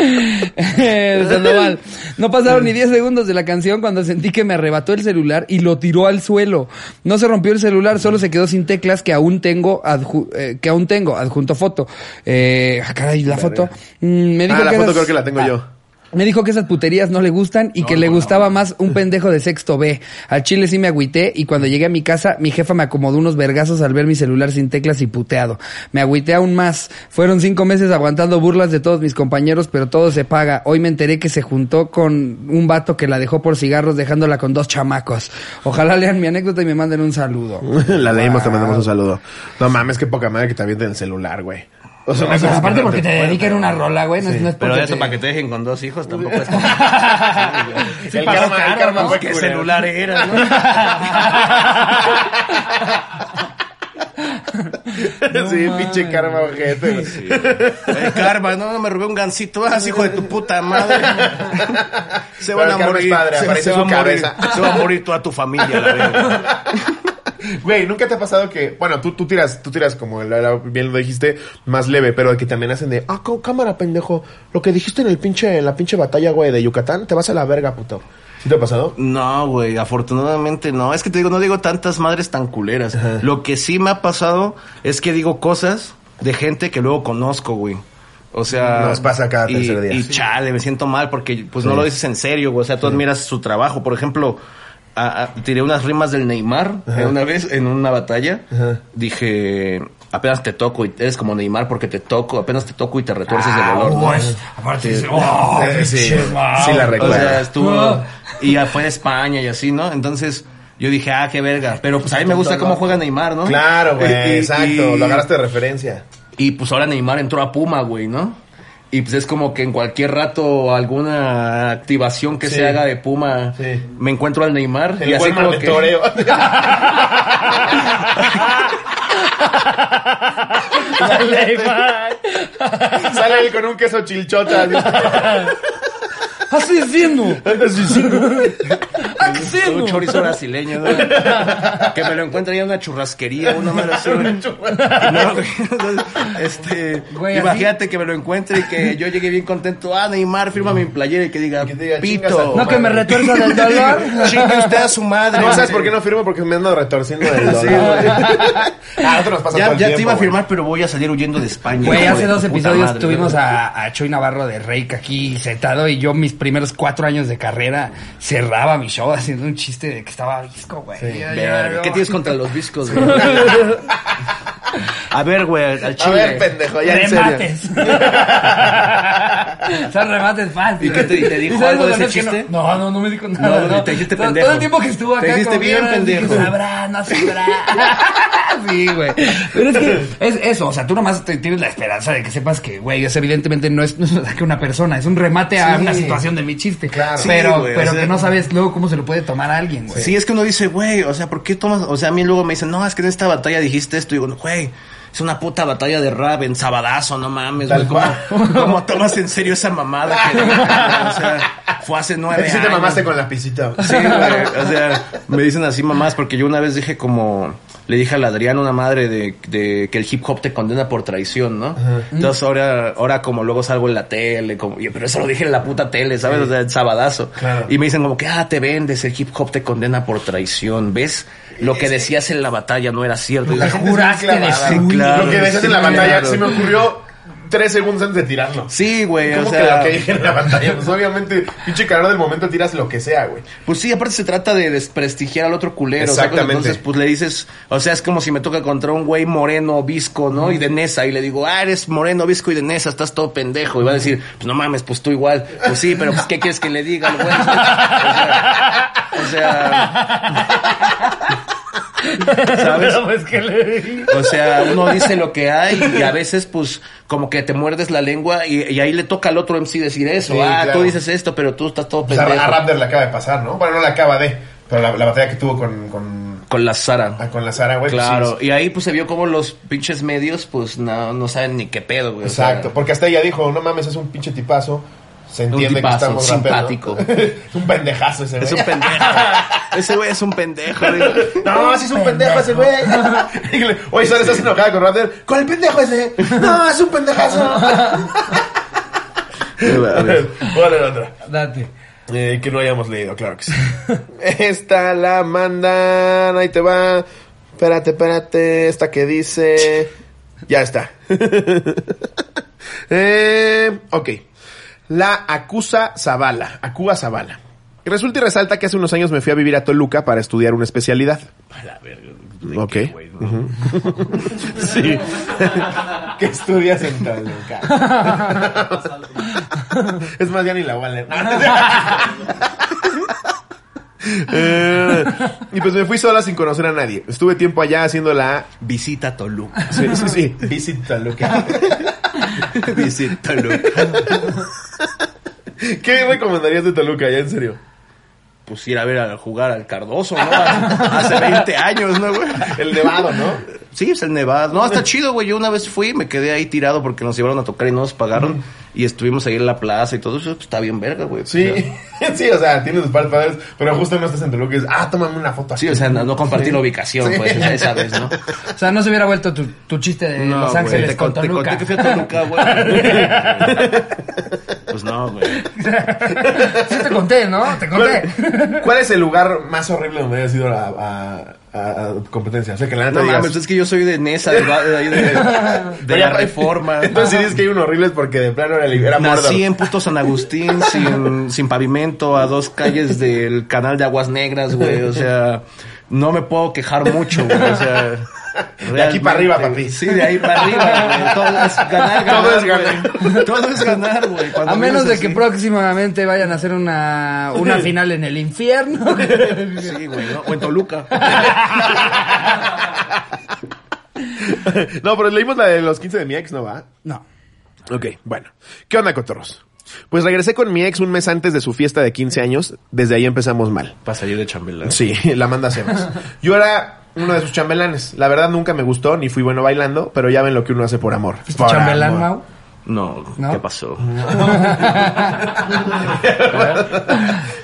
Speaker 1: Eh, Sandoval. No pasaron ni 10 segundos de la canción cuando sentí que me arrebató el celular y lo tiró al suelo. No se rompió el celular, solo se quedó sin teclas que aún tengo, adju- eh, que aún tengo, adjunto foto. Eh, ah, caray, la foto. Mm, me dijo
Speaker 2: ah, la
Speaker 1: que
Speaker 2: foto
Speaker 1: esas-
Speaker 2: creo que la tengo yo.
Speaker 1: Me dijo que esas puterías no le gustan y que le gustaba más un pendejo de sexto B. Al chile sí me agüité y cuando llegué a mi casa, mi jefa me acomodó unos vergazos al ver mi celular sin teclas y puteado. Me agüité aún más. Fueron cinco meses aguantando burlas de todos mis compañeros, pero todo se paga. Hoy me enteré que se juntó con un vato que la dejó por cigarros dejándola con dos chamacos. Ojalá lean mi anécdota y me manden un saludo.
Speaker 2: La leímos, te
Speaker 1: Wow.
Speaker 2: mandamos un saludo. No mames, qué poca madre que te avienten el celular, güey. O sea, una
Speaker 1: O sea,
Speaker 2: cosa que
Speaker 1: aparte
Speaker 2: no
Speaker 1: porque te dediquen una rola, güey. No, es- no es
Speaker 3: Pero
Speaker 1: porque
Speaker 3: eso
Speaker 1: te-
Speaker 3: para que te dejen con dos hijos tampoco es.
Speaker 2: El
Speaker 1: pagó
Speaker 2: karma, el
Speaker 1: caro,
Speaker 2: karma
Speaker 1: ¿no?
Speaker 2: fue
Speaker 3: ¿Qué
Speaker 2: culero.
Speaker 3: celular era? no?
Speaker 2: sí, pinche karma ojete. güey.
Speaker 3: El Eh, karma, no, no, me robé un gancito. Ah, hijo de tu puta madre. Se
Speaker 2: Pero el karma es padre, aparece su
Speaker 3: va a morir.
Speaker 2: cabeza.
Speaker 3: Se va a morir toda tu familia, la verga.
Speaker 2: Güey, ¿nunca te ha pasado que, bueno, tú, tú tiras, tú tiras como la- la- bien lo dijiste, más leve, pero que también hacen de, ah, có- cámara, pendejo, lo que dijiste en el pinche, en la pinche batalla, güey, de Yucatán, te vas a la verga, puto. ¿Sí te ha pasado?
Speaker 3: No, güey, afortunadamente no. Es que te digo, no digo tantas madres tan culeras. Lo que sí me ha pasado es que digo cosas de gente que luego conozco, güey. O sea...
Speaker 2: Nos pasa cada
Speaker 3: y-
Speaker 2: tercer día.
Speaker 3: Y
Speaker 2: Sí.
Speaker 3: chale, me siento mal porque pues no lo dices en serio, güey. O sea, tú admiras su trabajo. Por ejemplo, a- a- tiré unas rimas del Neymar eh, una vez en una batalla.
Speaker 2: Ajá.
Speaker 3: Dije... Apenas te toco y eres como Neymar porque te toco, apenas te toco y te retuerces de dolor. ¿no?
Speaker 6: pues, aparte dice, oh,
Speaker 2: Eh, sí,
Speaker 6: pinche, wow.
Speaker 2: sí la recuerdo.
Speaker 3: O sea, estuvo. Y ya fue a España y así, ¿no? Entonces. Yo dije, ah, qué verga. Pero pues a mí me gusta cómo juega Neymar, ¿no?
Speaker 2: Claro, güey,
Speaker 3: Y- y-
Speaker 2: exacto,
Speaker 3: y-
Speaker 2: lo agarraste de referencia.
Speaker 3: Y pues ahora Neymar entró a Puma, güey, ¿no? Y pues es como que en cualquier rato alguna activación que
Speaker 2: Sí.
Speaker 3: se haga de Puma,
Speaker 2: Sí.
Speaker 3: me encuentro al Neymar.
Speaker 2: El
Speaker 3: y así
Speaker 2: Walmart
Speaker 3: como
Speaker 2: de
Speaker 3: que...
Speaker 2: toreo. Sale él con un queso chilchota. así.
Speaker 1: ¡Asesino!
Speaker 3: Un
Speaker 1: ¡Asesino!
Speaker 3: chorizo brasileño, ¿no? que me lo encuentre ya en una churrasquería, una madre así, güey. No, güey. Entonces, este,
Speaker 1: Güey, así-
Speaker 3: imagínate que me lo encuentre y que yo llegue bien contento. Ah, Neymar, firma mi playera y que diga,
Speaker 2: que diga, "Chingas a
Speaker 3: pito.
Speaker 2: tu
Speaker 1: No, que me retuerza del dolor.
Speaker 3: Chingue usted a su madre.
Speaker 2: No sabes por qué no firmo, porque me ando retorciendo el dolor. Ah, nosotros nos pasa
Speaker 3: Ya,
Speaker 2: todo el
Speaker 3: ya te
Speaker 2: tiempo,
Speaker 3: iba a
Speaker 2: güey.
Speaker 3: firmar, pero voy a salir huyendo de España.
Speaker 1: Güey,
Speaker 3: hijo
Speaker 1: hace
Speaker 3: de
Speaker 1: dos
Speaker 3: tu puta
Speaker 1: episodios
Speaker 3: madre.
Speaker 1: tuvimos a, a Chuy Navarro de Reik aquí sentado y yo mis primeros cuatro años de carrera cerraba mi show haciendo un chiste de que estaba disco, güey. Ya, ya,
Speaker 3: Verga,
Speaker 1: ya.
Speaker 3: ¿Qué tienes contra los discos, güey? A ver, güey, al al
Speaker 2: A
Speaker 3: chile.
Speaker 2: ver, pendejo, ya en serio.
Speaker 1: Remates. Son remates
Speaker 3: ¿Y
Speaker 1: fáciles.
Speaker 3: qué te- y te dijo
Speaker 1: ¿Y sabes
Speaker 3: algo
Speaker 1: lo
Speaker 3: de ese
Speaker 1: más que no-
Speaker 3: chiste?
Speaker 1: No, no, no me dijo nada.
Speaker 3: No,
Speaker 1: No,
Speaker 3: te dijiste
Speaker 1: Todo-
Speaker 3: pendejo.
Speaker 1: Todo el tiempo que estuvo
Speaker 3: Te
Speaker 1: acá.
Speaker 3: dijiste
Speaker 1: como que
Speaker 3: bien
Speaker 1: yo no-
Speaker 3: pendejo.
Speaker 1: dije, Sabrá, no sabrá. sí, güey. Pero es que es eso. O sea, tú nomás te- tienes la esperanza de que sepas que, güey, es evidentemente no es, no es un ataque a una persona. Es un remate a
Speaker 2: Sí.
Speaker 1: una situación de mi chiste.
Speaker 2: Claro.
Speaker 1: Pero,
Speaker 3: Sí, güey,
Speaker 1: pero
Speaker 3: o sea-
Speaker 1: que no sabes luego cómo se lo puede tomar a alguien, güey.
Speaker 3: Sí, es que uno dice, güey, o sea, ¿por qué tomas? O sea, a mí luego me dicen, no, es que en esta batalla dijiste esto. Y digo, güey, es una puta batalla de rap en sabadazo, no mames,
Speaker 2: Tal
Speaker 3: güey. ¿Cómo, cómo tomas en serio esa mamada? Que, o sea, fue hace nueve
Speaker 2: Sí
Speaker 3: años.
Speaker 2: te mamaste con la pisita.
Speaker 3: Sí, güey. O sea, me dicen así mamás, porque yo una vez dije como. Le dije al Adrián, una madre, de, de que el hip hop te condena por traición, ¿no? Entonces ahora, ahora como luego salgo en la tele, como, "Oye, pero eso lo dije en la puta tele, ¿sabes? O sea, el sabadazo.
Speaker 2: Claro.
Speaker 3: Y me dicen como que, ah, te vendes, el hip hop te condena por traición, ¿ves? Lo que decías en la batalla no era cierto. Y
Speaker 2: La
Speaker 3: dije,
Speaker 2: gente es muy
Speaker 1: juraste
Speaker 2: clavada.
Speaker 1: de
Speaker 3: Sí, claro,
Speaker 2: Lo que decías
Speaker 3: sí,
Speaker 2: en la
Speaker 3: claro.
Speaker 2: batalla se me ocurrió tres segundos antes de tirarlo.
Speaker 3: Sí, güey, o
Speaker 2: ¿Cómo
Speaker 3: sea.
Speaker 2: que lo que dije en la batalla? Pues obviamente, pinche calor del momento tiras lo que sea, güey.
Speaker 3: Pues sí, aparte se trata de desprestigiar al otro culero.
Speaker 2: Exactamente.
Speaker 3: Exactamente. Entonces, pues le dices, o sea, es como si me toca contra un güey moreno, visco, ¿no? Y de Nesa, y le digo, ah, eres moreno, visco y de Nesa, estás todo pendejo. Y va a decir, pues no mames, pues tú igual. Pues sí, pero pues ¿qué quieres que le diga al güey? O sea, o sea, ¿sabes?
Speaker 1: pues que le dije.
Speaker 3: O sea, uno dice lo que hay y a veces, pues, como que te muerdes la lengua y, y ahí le toca al otro MC decir eso.
Speaker 2: Sí,
Speaker 3: ah,
Speaker 2: claro.
Speaker 3: tú dices esto, pero tú estás todo
Speaker 2: O sea,
Speaker 3: pendejo.
Speaker 2: a Raptor le acaba de pasar, ¿no? Bueno, no le acaba de, pero la, la batalla que tuvo con, con,
Speaker 3: Con la Sara.
Speaker 2: ah, con la Sara, güey. pues,
Speaker 3: Claro,
Speaker 2: sí,
Speaker 3: y ahí pues se vio como los pinches medios pues no, no saben ni qué pedo, güey. o sea,
Speaker 2: Exacto, porque hasta ella dijo, no mames, es un pinche tipazo. Se entiende
Speaker 3: tipazo,
Speaker 2: que estamos rapeando.
Speaker 3: simpático.
Speaker 2: es un pendejazo ese, güey.
Speaker 3: es un pendejo. Ese güey es un pendejo. digo.
Speaker 2: No, sí es un pendejo ese güey. Y le- Oye, Sara, estás enojada con Raptor. ¿Cuál pendejo ese? No, es un pendejazo. A ver, ¿Cuál era otra?
Speaker 1: Date.
Speaker 2: Eh, que no hayamos leído, claro que sí. Esta la mandan, ahí te va. Espérate, espérate, esta que dice... Ya está. Eh, ok. La acusa Zavala, Acuba Zavala. Resulta y resalta que hace unos años me fui a vivir a Toluca para estudiar una especialidad. Ok. Ujú. sí. ¿Qué estudias en Toluca? es más, ya ni la Waller. Eh, y pues me fui sola sin conocer a nadie. Estuve tiempo allá haciendo la...
Speaker 3: Visita Toluca.
Speaker 2: Sí, sí, sí. Visit Toluca.
Speaker 3: Visita Toluca.
Speaker 2: ¿Qué recomendarías de Toluca, ya en serio?
Speaker 3: Pues ir a ver a jugar al Cardoso, ¿no? Hace 20 años, ¿no, güey?
Speaker 2: El nevado, ¿no?
Speaker 3: Sí, es el Nevada. No, está chido, güey. Yo una vez fui, me quedé ahí tirado porque nos llevaron a tocar y no nos pagaron. Y estuvimos ahí en la plaza y todo eso. pues, está bien verga, güey.
Speaker 2: Sí,
Speaker 3: O sea,
Speaker 2: sí, o sea, tienes tus partes padres, pero justo no estás en Toluca y dices, ah, tómame una foto.
Speaker 3: Sí, o sea, no, no compartir la ubicación, pues, o sea, esa vez, ¿no?
Speaker 1: O sea, no se hubiera vuelto tu, tu chiste de
Speaker 3: No,
Speaker 1: Los
Speaker 3: güey,
Speaker 1: Ángeles
Speaker 3: te
Speaker 1: con
Speaker 3: conté-
Speaker 1: Toluca.
Speaker 3: conté que fui a Toluca, güey. pues no, güey.
Speaker 1: Sí te conté, ¿no? Te conté.
Speaker 2: ¿Cuál, cuál es el lugar más horrible donde hayas ido a, a, a- a competencia? O sea, que la neta
Speaker 3: No
Speaker 2: digas...
Speaker 3: mames, es que yo soy de Nesa, de, ba- de, ahí de- de
Speaker 2: Pero
Speaker 3: la
Speaker 2: ya-
Speaker 3: reforma.
Speaker 2: Entonces, si dices que hay uno horrible es porque de plano era, era Mordor.
Speaker 3: Nací en puto San Agustín, sin, sin pavimento, a dos calles del canal de Aguas Negras, güey. O sea, no me puedo quejar mucho, güey. O sea.
Speaker 2: De aquí para
Speaker 3: realmente-
Speaker 2: arriba, papi.
Speaker 3: Sí, de ahí para arriba, güey. Todo es ganar, ganar.
Speaker 2: Todo es
Speaker 3: güey. Todo es ganar, güey. Cuando
Speaker 1: A menos de
Speaker 3: vienes
Speaker 1: que
Speaker 3: así.
Speaker 1: próximamente vayan a hacer una, una final en el infierno. Este
Speaker 3: Sí, güey, ¿no? O en Toluca.
Speaker 2: No, pero leímos la de los 15 de mi ex, ¿no va?
Speaker 1: No.
Speaker 2: Ok, bueno. ¿Qué onda, cotorros? Pues regresé con mi ex un mes antes de su fiesta de 15 años. Desde ahí empezamos mal.
Speaker 3: Pasa yo de chambelán.
Speaker 2: Sí, la manda Sebas. Yo era uno de sus chambelanes. La verdad nunca me gustó ni fui bueno bailando, pero ya ven lo que uno hace por amor.
Speaker 1: ¿Fuiste
Speaker 2: Por
Speaker 1: chambelán,
Speaker 2: amor.
Speaker 1: Mau?
Speaker 3: No, eh.
Speaker 1: ¿No?
Speaker 3: ¿qué pasó?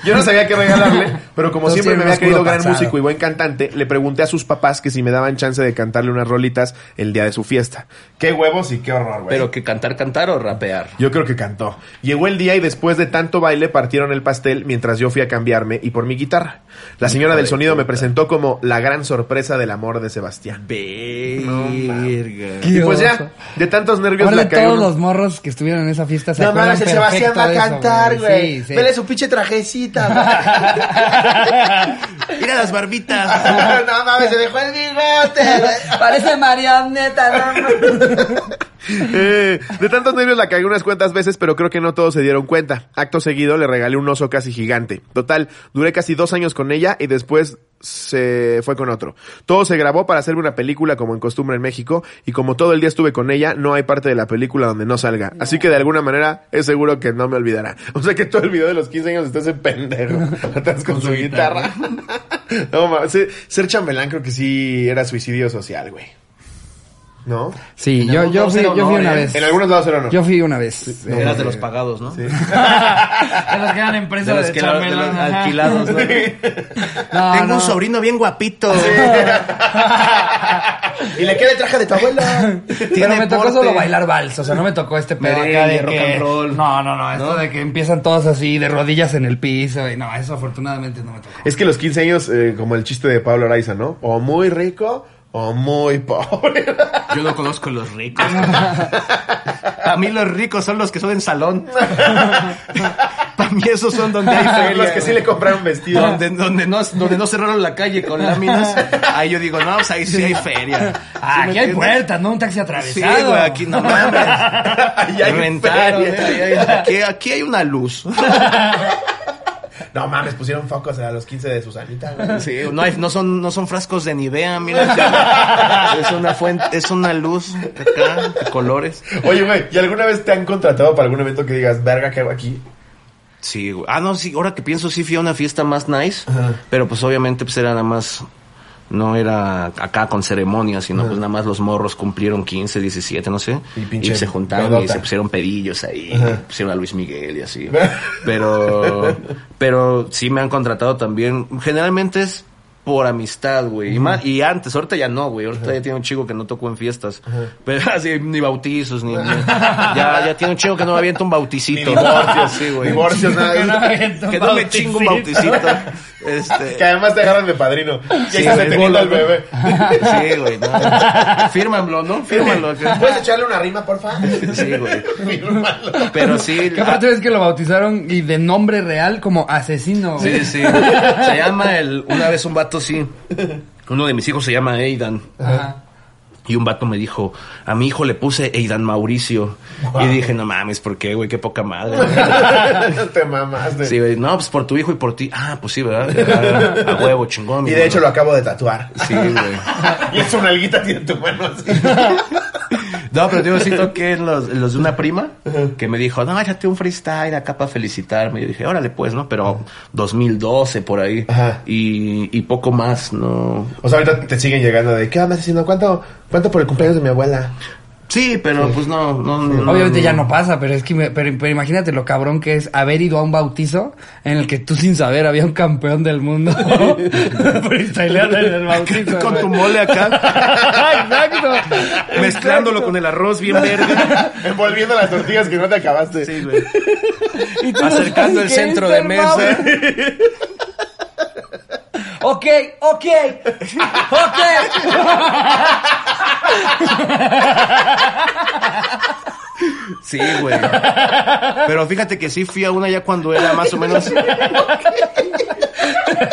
Speaker 2: Yo no sabía qué regalarle, pero como
Speaker 1: No
Speaker 2: siempre
Speaker 1: tiene
Speaker 2: me había
Speaker 1: un escudo
Speaker 2: querido gran
Speaker 1: pasado.
Speaker 2: músico y buen cantante, le pregunté a sus papás que si me daban chance de cantarle unas rolitas el día de su fiesta. Qué huevos y qué horror, güey.
Speaker 3: Pero que cantar, cantar o rapear.
Speaker 2: Yo creo que cantó. Llegó el día y después de tanto baile partieron el pastel mientras yo fui a cambiarme y por mi guitarra. La señora
Speaker 3: Hijo
Speaker 2: del
Speaker 3: de
Speaker 2: sonido me
Speaker 3: puta.
Speaker 2: presentó como la gran sorpresa del amor de Sebastián.
Speaker 3: Ve. Verga.
Speaker 2: Y pues ya, de tantos nervios
Speaker 1: Ahora
Speaker 2: la cayó.
Speaker 1: todos
Speaker 2: uno.
Speaker 1: los morros que estuvieron en esa fiesta se
Speaker 7: No
Speaker 1: acuerdan
Speaker 7: mames, el Sebastián va a
Speaker 1: perfecto de eso,
Speaker 7: cantar, güey.
Speaker 1: Sí, sí.
Speaker 7: Vele su pinche trajecita.
Speaker 3: Mira las barbitas.
Speaker 7: güey. no mames, se dejó el bigote. güey.
Speaker 1: Parece marioneta, no
Speaker 2: Eh, de tantos nervios la cagué unas cuantas veces, pero creo que no todos se dieron cuenta. Acto seguido le regalé un oso casi gigante. Total, duré casi dos años con ella y después se fue con otro. Todo se grabó para hacer una película como en costumbre en México y como todo el día estuve con ella, no hay parte de la película donde no salga. Así que de alguna manera es seguro que no me olvidará. O sea que todo el video de los 15 años está ese pendejo atrás con, su guitarra. no, mames, ser- ser chambelán creo que sí era suicidio social, güey. ¿No?
Speaker 1: Sí,
Speaker 3: En
Speaker 1: yo,
Speaker 3: algún
Speaker 1: yo,
Speaker 3: lado
Speaker 1: fui,
Speaker 3: será
Speaker 1: yo fui
Speaker 3: honor,
Speaker 1: una
Speaker 3: ¿eh?
Speaker 1: vez.
Speaker 2: En algunos lados era no.
Speaker 1: Yo fui una vez. Eh,
Speaker 3: Eras de los pagados, ¿no?
Speaker 1: de los que eran empresa
Speaker 3: De los, que- de los alquilados, ¿no?
Speaker 1: No,
Speaker 3: Tengo
Speaker 1: no.
Speaker 3: un sobrino bien guapito.
Speaker 7: Y le queda el traje de tu abuela.
Speaker 1: Pero me tocó
Speaker 3: porte.
Speaker 1: solo bailar vals, o sea, no me tocó este pedo acá
Speaker 3: Merengue,
Speaker 1: de
Speaker 3: rock
Speaker 1: que-
Speaker 3: and roll.
Speaker 1: No, no, no, esto de que empiezan todos así de rodillas en el piso y no, eso afortunadamente no me tocó.
Speaker 2: Es que los 15 años, eh, como el chiste de Pablo Araiza, ¿no? O muy rico o muy pobre.
Speaker 3: Yo no conozco los ricos. A mí los ricos son los que son en salón. Para mí esos son donde hay feria,
Speaker 2: los que sí
Speaker 3: güey.
Speaker 2: le compraron vestido.
Speaker 3: donde, donde, no, donde no cerraron la calle con láminas, ahí yo digo, no, pues ahí sí hay feria. ¿Sí
Speaker 1: Ah,
Speaker 3: me
Speaker 1: aquí hay
Speaker 3: entiendes?
Speaker 1: puertas, ¿no? Un taxi
Speaker 3: Sí,
Speaker 1: atravesado.
Speaker 3: güey, aquí no mames.
Speaker 2: Ahí hay
Speaker 3: Reventaron,
Speaker 2: feria.
Speaker 3: eh, ahí hay- aquí, aquí hay una luz.
Speaker 2: No mames, pusieron focos a los 15 de Susanita. güey.
Speaker 3: Sí, no, hay- no, son, no son frascos de Nivea, mira. Es una fuente, es una luz de acá, de colores.
Speaker 2: Oye, güey, ¿y alguna vez te han contratado para algún evento que digas, verga, qué hago aquí?
Speaker 3: Sí, güey. Ah, no, sí, ahora que pienso, sí fui a una fiesta más nice, pero pues obviamente pues era nada más, no era acá con ceremonias, sino pues nada más los morros cumplieron 15, 17, no sé.
Speaker 2: Y
Speaker 3: Y,
Speaker 2: pinche
Speaker 3: se juntaron y
Speaker 2: pedota.
Speaker 3: se pusieron pedillos ahí, pusieron a Luis Miguel y así.
Speaker 2: Ajá.
Speaker 3: pero, pero sí me han contratado también. Generalmente es por amistad, güey. Y ma- Y, antes, ahorita ya no, güey. Ahorita ya tiene un chico que no tocó en fiestas. Pero así, ni bautizos, ni... ni- ya, ya tiene un chico que no avienta un bauticito.
Speaker 2: Divorcios,
Speaker 3: sí, güey.
Speaker 2: Divorcios, nada. de
Speaker 1: Que
Speaker 2: eso.
Speaker 1: no avienta un
Speaker 3: Que no me
Speaker 1: bauticito.
Speaker 3: chingo un bauticito. Este.
Speaker 2: Que además te agarran de padrino. Y ahí
Speaker 3: Sí,
Speaker 2: estás
Speaker 3: güey,
Speaker 2: deteniendo
Speaker 3: bola,
Speaker 2: al bebé.
Speaker 3: Sí, güey. No. Fírmalo, ¿no? Fírmalo.
Speaker 2: Pues,
Speaker 7: ¿Puedes echarle una rima, porfa?
Speaker 3: Sí, güey. Pero sí.
Speaker 1: Que aparte ves que lo bautizaron y de nombre real como asesino. güey.
Speaker 3: Sí, sí. Se llama el. Una vez un vato, sí. Uno de mis hijos se llama Aidan.
Speaker 1: Ajá.
Speaker 3: Y un vato me dijo, a mi hijo le puse Aidan Mauricio. Y dije, no mames, ¿por qué, güey? Qué poca madre.
Speaker 2: te mamaste.
Speaker 3: Sí, güey. No, pues por tu hijo y por ti. Ah, pues sí, ¿verdad? "Ah, A, a huevo, chingón. mi
Speaker 2: y de hecho lo
Speaker 3: hermano.
Speaker 2: acabo de tatuar.
Speaker 3: Sí, güey.
Speaker 2: Y es una alguita tiene tu mano así.
Speaker 3: No, pero digo, sí toqué en los, en los de una prima que me dijo, no, échate un freestyle acá para felicitarme. Yo dije, órale pues, ¿no? Pero 2012 por ahí.
Speaker 2: Ajá.
Speaker 3: Y, y poco más, ¿no?
Speaker 2: O sea, ahorita te siguen llegando de, ¿qué andas haciendo? ¿Cuánto, cuánto por el cumpleaños de mi abuela?
Speaker 3: Sí, pero pues no, no, no-
Speaker 1: Obviamente ya no pasa, pero es que me- pero, pero imagínate lo cabrón que es haber ido a un bautizo en el que tú sin saber había un campeón del mundo freestyleando en el bautizo.
Speaker 3: Con
Speaker 1: güey.
Speaker 3: tu mole acá,
Speaker 1: Exacto.
Speaker 3: mezclándolo con el arroz bien verga.
Speaker 2: Envolviendo las tortillas que no te acabaste.
Speaker 3: Sí, güey.
Speaker 1: Y tú no
Speaker 3: Acercando el
Speaker 1: sabes qué
Speaker 3: centro
Speaker 1: es,
Speaker 3: de
Speaker 1: hermano.
Speaker 3: mesa.
Speaker 1: Ok, ok, ok.
Speaker 3: Sí, güey. Pero fíjate que sí fui a una ya cuando era más o menos.
Speaker 1: Está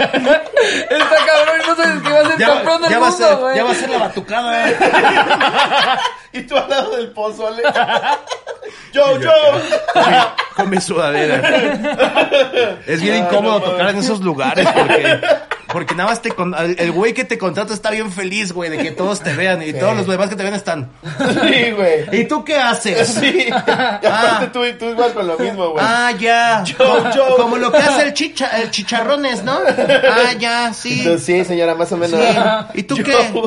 Speaker 1: cabrón y no sabes que va a ser
Speaker 3: Ya,
Speaker 1: campeón
Speaker 3: va-
Speaker 1: del
Speaker 3: ya va a
Speaker 1: mundo,
Speaker 3: ser,
Speaker 1: güey.
Speaker 3: ya va a ser la batucada, eh.
Speaker 2: Y tú al lado del pozole. yo, yo.
Speaker 3: con mi sudadera. Es bien incómodo tocar en esos lugares porque, porque nada más te con- el el güey que te contrata está bien feliz, güey, de que todos te vean y todos los demás que te ven están.
Speaker 2: Sí, güey.
Speaker 3: ¿Y tú qué haces?
Speaker 2: Sí. Y aparte tú, tú igual con lo mismo, güey.
Speaker 3: Ah, ya.
Speaker 2: Yo, yo.
Speaker 3: Como lo que hace el, chicha, el chicharrones, ¿no? Ah, ya, sí.
Speaker 2: Entonces, sí, señora, más o menos.
Speaker 3: Sí. ¿Y tú
Speaker 2: Yo.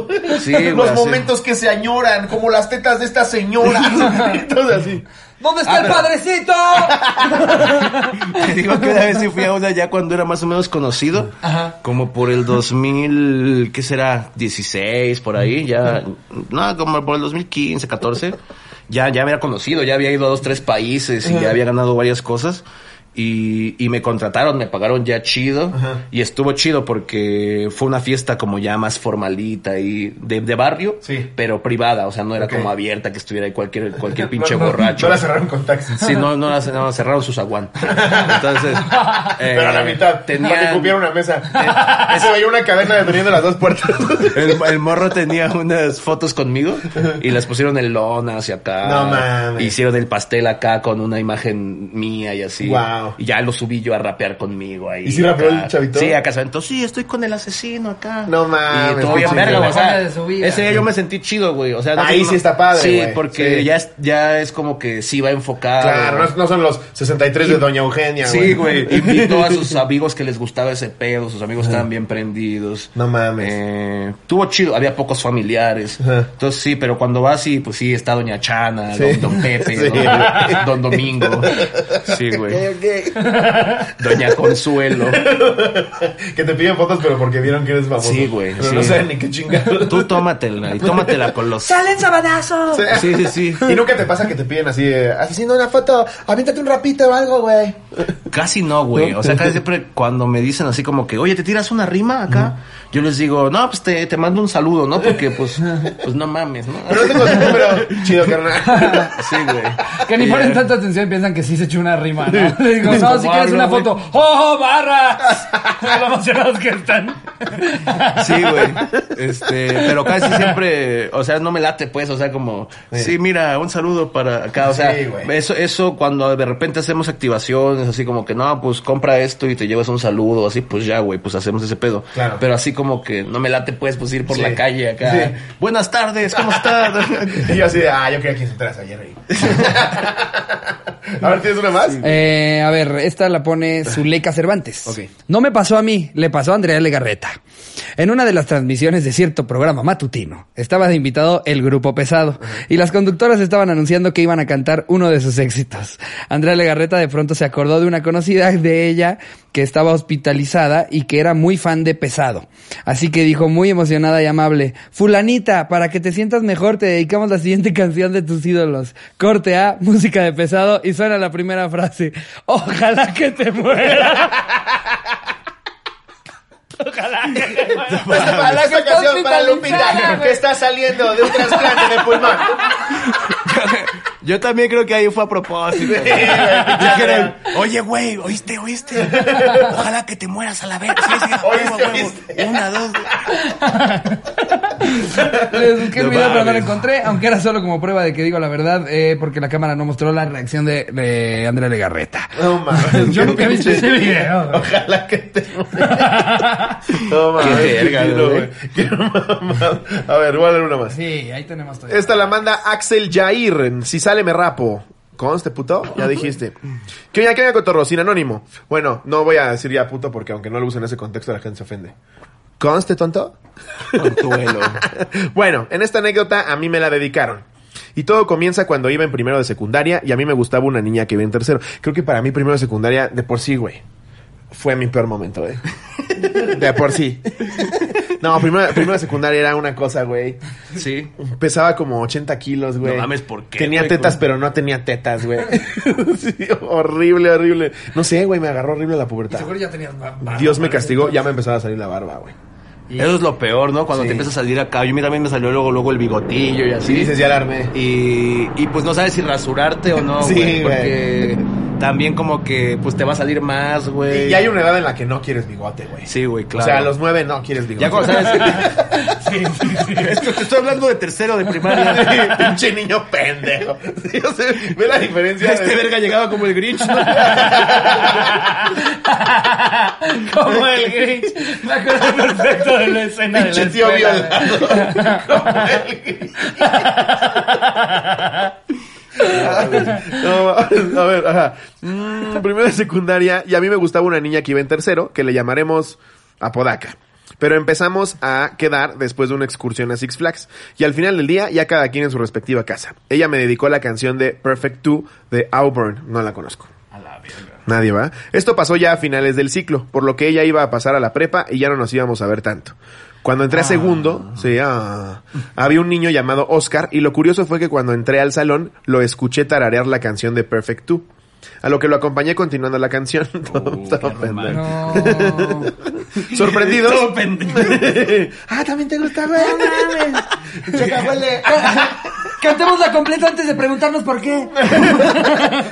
Speaker 3: qué? Sí, güey,
Speaker 2: Los
Speaker 3: así.
Speaker 2: momentos que se añoran, como las tetas de esta señora. Entonces, así.
Speaker 1: ¿Dónde está el padrecito?
Speaker 3: Te digo que una vez sí fui a una ya cuando era más o menos conocido. Como por el 2000, ¿qué será? 16, por ahí, ya. No, como por el 2015, 14. Ya, ya me era conocido, ya había ido a dos, tres países y ya había ganado varias cosas. Y, y me contrataron, me pagaron ya chido.
Speaker 2: Ajá.
Speaker 3: Y estuvo chido porque fue una fiesta como ya más formalita y de, de barrio,
Speaker 2: Sí.
Speaker 3: pero privada. O sea, no era
Speaker 2: Ok.
Speaker 3: como abierta que estuviera ahí cualquier, cualquier pinche
Speaker 2: No, no,
Speaker 3: borracho.
Speaker 2: No la cerraron con taxis.
Speaker 3: Sí, no, no, la- no, cerraron su zaguán. Entonces. eh,
Speaker 2: Pero a la mitad, para
Speaker 3: Tenían,
Speaker 2: que cupiera una mesa. Se veía una cadena deteniendo las dos puertas.
Speaker 3: el, el morro tenía unas fotos conmigo y las pusieron en lona hacia acá.
Speaker 2: No mames.
Speaker 3: Hicieron el pastel acá con una imagen mía y así.
Speaker 2: Guau.
Speaker 3: Y ya lo subí yo a rapear conmigo ahí.
Speaker 2: ¿Y sí rapeó
Speaker 3: acá.
Speaker 2: el chavito?
Speaker 3: Sí, acá. Entonces, sí, estoy con el asesino acá.
Speaker 2: No mames,
Speaker 3: Y todo
Speaker 2: qué
Speaker 3: bien
Speaker 2: chingón.
Speaker 3: verga, güey. O
Speaker 1: Mejor la
Speaker 3: sea,
Speaker 1: de su vida.
Speaker 3: ese día yo me sentí chido, güey. O sea, no
Speaker 2: Ahí
Speaker 3: sé,
Speaker 2: sí
Speaker 3: no-
Speaker 2: está padre,
Speaker 3: Sí,
Speaker 2: güey.
Speaker 3: porque
Speaker 2: Sí.
Speaker 3: Ya, es, ya es como que sí va enfocado.
Speaker 2: Claro, no, no son los 63 de Doña Eugenia,
Speaker 3: Sí, güey. Invitó a sus amigos que les gustaba ese pedo. Sus amigos estaban bien prendidos.
Speaker 2: No mames.
Speaker 3: Eh, tuvo chido. Había pocos familiares.
Speaker 2: Ajá.
Speaker 3: Entonces, sí, pero cuando vas, y pues sí, está Doña Chana,
Speaker 2: Sí.
Speaker 3: don, don Pepe,
Speaker 2: Sí.
Speaker 3: don, don Domingo. Sí, güey. Doña Consuelo.
Speaker 2: Que te piden fotos, pero porque vieron que eres famoso.
Speaker 3: Sí, güey,
Speaker 2: Pero
Speaker 3: sí.
Speaker 2: no saben ni qué chingados.
Speaker 3: Tú tómatela y tómatela con los...
Speaker 7: ¡Salen sabadazo!
Speaker 3: Sí, sí, sí.
Speaker 2: Y nunca te pasa que te piden así, eh, así.
Speaker 7: Haciendo una foto, aviéntate un rapito o algo, güey.
Speaker 3: Casi no, güey. O sea, casi siempre cuando me dicen así como que, oye, ¿te tiras una rima acá? Yo les digo, no, pues te, te mando un saludo, ¿no? Porque pues, pues no mames, ¿no?
Speaker 2: Pero no tengo su número. Chido, carnal.
Speaker 3: Sí, güey.
Speaker 1: Que ni
Speaker 3: Y,
Speaker 1: ponen
Speaker 3: eh,
Speaker 1: tanta atención y piensan que sí se echó una rima, ¿no? Le digo, no,
Speaker 3: Como
Speaker 1: si quieres
Speaker 3: habla,
Speaker 1: una
Speaker 3: güey.
Speaker 1: foto. ¡Oh, barras! Lo emocionados que están.
Speaker 3: Sí, güey. Este, pero casi siempre, o sea, no me late, pues, o sea, como, sí, mira, un saludo para acá, o sea,
Speaker 2: Sí, güey.
Speaker 3: eso, eso cuando de repente hacemos activaciones, así como que, no, pues compra esto y te llevas un saludo, así, pues ya, güey, pues hacemos ese pedo.
Speaker 2: Claro.
Speaker 3: Pero así como que no me late, pues, pues ir por
Speaker 2: Sí.
Speaker 3: la calle acá.
Speaker 2: Sí.
Speaker 3: Buenas tardes, ¿cómo estás?
Speaker 2: Y yo así de, ah, yo quería que entras ayer, Jerry. A ver, ¿tienes una más?
Speaker 1: Eh, a ver, esta la pone Zuleika Cervantes.
Speaker 2: Ok.
Speaker 1: No me pasó a mí, le pasó a Andrea Legarreta. En una de las transmisiones de cierto programa matutino, estaba de invitado el grupo pesado y las conductoras estaban anunciando que iban a cantar uno de sus éxitos. Andrea Legarreta de pronto se acordó de una conocida de ella que estaba hospitalizada y que era muy fan de pesado. Así que dijo muy emocionada y amable, fulanita, para que te sientas mejor te dedicamos la siguiente canción de tus ídolos. Corte A, música de pesado y suena la primera frase. Ojalá que te muera.
Speaker 7: Para
Speaker 1: que
Speaker 7: esta
Speaker 1: está
Speaker 7: canción para
Speaker 1: hospitalizada,
Speaker 7: Lupita,
Speaker 1: güey.
Speaker 7: que está saliendo de un trasplante de pulmón.
Speaker 3: Yo también creo que ahí fue a propósito. güey. Dijeron, oye, güey, ¿oíste, oíste? Ojalá que te mueras a la vez. Sí, sí, a huevo, a
Speaker 2: ¿Oíste,
Speaker 3: huevo.
Speaker 2: oíste?
Speaker 3: Una, dos.
Speaker 1: Les busqué el
Speaker 3: No
Speaker 1: video, pero no lo
Speaker 3: mames.
Speaker 1: encontré, aunque era solo como prueba de que digo la verdad, eh, porque la cámara no mostró la reacción de, de Andrea Legarreta.
Speaker 2: No mames.
Speaker 1: Yo
Speaker 2: qué
Speaker 1: nunca he visto
Speaker 2: pinche-
Speaker 1: ese video.
Speaker 2: Ojalá que te No mames.
Speaker 3: Qué verga,
Speaker 2: chido,
Speaker 3: güey.
Speaker 2: Qué mamada. A ver, voy a leer una más.
Speaker 1: Sí, ahí tenemos todo.
Speaker 2: Esta la manda Axel Jair. Si sale me rapo. Conste, puto. Ya dijiste. ¿Qué oña, qué oña, cotorro? Sin anónimo. Bueno, no voy a decir ya puto porque aunque no lo usen en ese contexto la gente se ofende. ¿Conste, tonto?
Speaker 3: Consuelo.
Speaker 2: bueno, en esta anécdota a mí me la dedicaron. Y todo comienza cuando iba en primero de secundaria y a mí me gustaba una niña que iba en tercero. Creo que para mí primero de secundaria, de por sí, güey, fue mi peor momento, ¿eh? De por sí. No, primero, primero de secundaria era una cosa, güey.
Speaker 3: Sí.
Speaker 2: Pesaba como 80 kilos, güey.
Speaker 3: No mames, ¿por qué,
Speaker 2: Tenía
Speaker 3: güey?
Speaker 2: tetas,
Speaker 3: ¿Cómo?
Speaker 2: pero no tenía tetas, güey. Sí, horrible, horrible. No sé, güey, me agarró horrible la pubertad.
Speaker 1: Seguro ya tenías ba- barba,
Speaker 2: Dios me
Speaker 1: ¿verdad?
Speaker 2: castigó, ya me empezaba a salir la barba, güey.
Speaker 3: Eso es lo peor, ¿no? Cuando
Speaker 2: Sí.
Speaker 3: te empieza a salir acá. Yo a mí también me salió luego, luego el bigotillo y así.
Speaker 2: Sí, dices, ya la armé.
Speaker 3: Y, y pues no sabes si rasurarte o no,
Speaker 2: Sí, güey.
Speaker 3: güey. porque también como que pues te va a salir más, güey.
Speaker 2: Y hay una edad en la que no quieres bigote, güey.
Speaker 3: Sí, güey, claro.
Speaker 2: O sea, a los nueve no quieres bigote.
Speaker 3: Ya cuando sabes... Esto te estoy hablando de tercero de primaria.
Speaker 2: Pinche niño pendejo. Sí, o sea, ve la diferencia. de-
Speaker 3: Este verga llegaba como el Grinch, ¿no?
Speaker 1: Como el Grinch. Me acuerdo perfecto de la escena de la
Speaker 2: Pinche tío
Speaker 1: escuela,
Speaker 2: violado. Como el- No, a ver, ajá. Mm, primero de secundaria y a mí me gustaba una niña que iba en tercero, que le llamaremos Apodaca. Pero empezamos a quedar después de una excursión a Six Flags y al final del día ya cada quien en su respectiva casa. Ella me dedicó la canción de Perfect Two de Auburn, no la conozco. Nadie va. Esto pasó ya a finales del ciclo, por lo que ella iba a pasar a la prepa y ya no nos íbamos a ver tanto. Cuando entré a segundo, sí, ah, había un niño llamado Oscar y lo curioso fue que cuando entré al salón lo escuché tararear la canción de Perfect Two. A lo que lo acompañé continuando la canción. Todo-
Speaker 3: Uh,
Speaker 2: todo pendejo.
Speaker 7: No.
Speaker 2: Sorprendidos.
Speaker 3: Todo pendejo.
Speaker 2: ah, también te gustaba.
Speaker 8: Chocahuele.
Speaker 7: Cantemos la completa antes de preguntarnos por qué.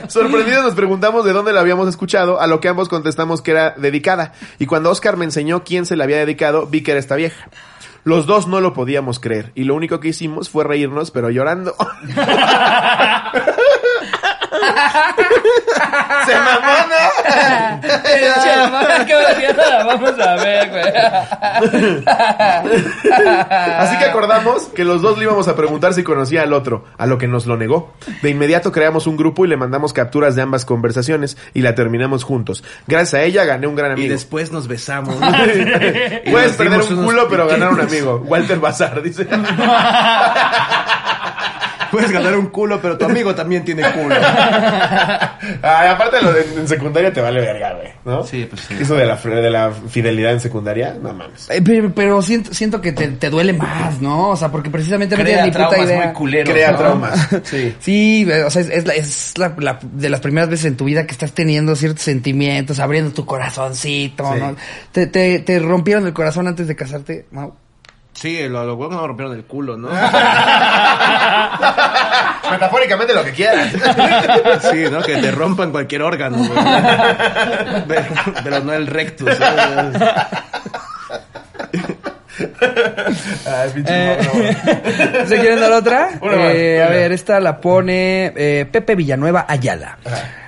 Speaker 2: Sorprendidos nos preguntamos de dónde la habíamos escuchado, a lo que ambos contestamos que era dedicada. Y cuando Oscar me enseñó quién se la había dedicado, vi que era esta vieja. Los dos no lo podíamos creer y lo único que hicimos fue reírnos, pero llorando. Se mamó, ¿no?
Speaker 7: Vamos a ver, güey.
Speaker 2: Así que acordamos que los dos le íbamos a preguntar si conocía al otro, a lo que nos lo negó. De inmediato creamos un grupo y le mandamos capturas de ambas conversaciones y la terminamos juntos. Gracias a ella gané un gran
Speaker 3: Y
Speaker 2: amigo.
Speaker 3: después nos besamos. Y
Speaker 2: Puedes
Speaker 3: nos
Speaker 2: perder
Speaker 3: dimos
Speaker 2: un
Speaker 3: unos
Speaker 2: culo, pero ganar un
Speaker 3: piquitos.
Speaker 2: amigo. Walter Bazar dice.
Speaker 3: Puedes ganar un culo, pero tu amigo también tiene culo.
Speaker 2: Ay, aparte, lo de- en secundaria te vale verga, güey, ¿no?
Speaker 3: Sí, pues sí.
Speaker 2: Eso de la, fre- de la fidelidad en secundaria, no mames.
Speaker 7: Eh, Pero, pero siento, siento que te, te duele más, ¿no? O sea, porque precisamente no
Speaker 3: Crea
Speaker 7: tienes ni puta
Speaker 3: traumas
Speaker 7: idea.
Speaker 3: muy culeros.
Speaker 2: Crea
Speaker 3: ¿no?
Speaker 2: traumas.
Speaker 3: Sí.
Speaker 7: Sí, eh, o sea, es, es la, es la- la- de las primeras veces en tu vida que estás teniendo ciertos sentimientos, abriendo tu corazoncito,
Speaker 2: Sí.
Speaker 7: ¿no? ¿Te, te, te rompieron el corazón antes de casarte, Mau?
Speaker 3: Sí, lo- a los huevos nos rompieron el culo, ¿no?
Speaker 2: Metafóricamente lo que quieras.
Speaker 3: Sí, ¿no? Que te rompan cualquier órgano, güey. Pero, pero no el rectus. ¿sabes?
Speaker 2: Ay,
Speaker 3: Eh.
Speaker 2: pinche
Speaker 7: Eh, ¿Se quieren dar otra?
Speaker 2: Una más,
Speaker 7: Eh,
Speaker 2: una.
Speaker 7: a ver, esta la pone eh, Pepe Villanueva Ayala.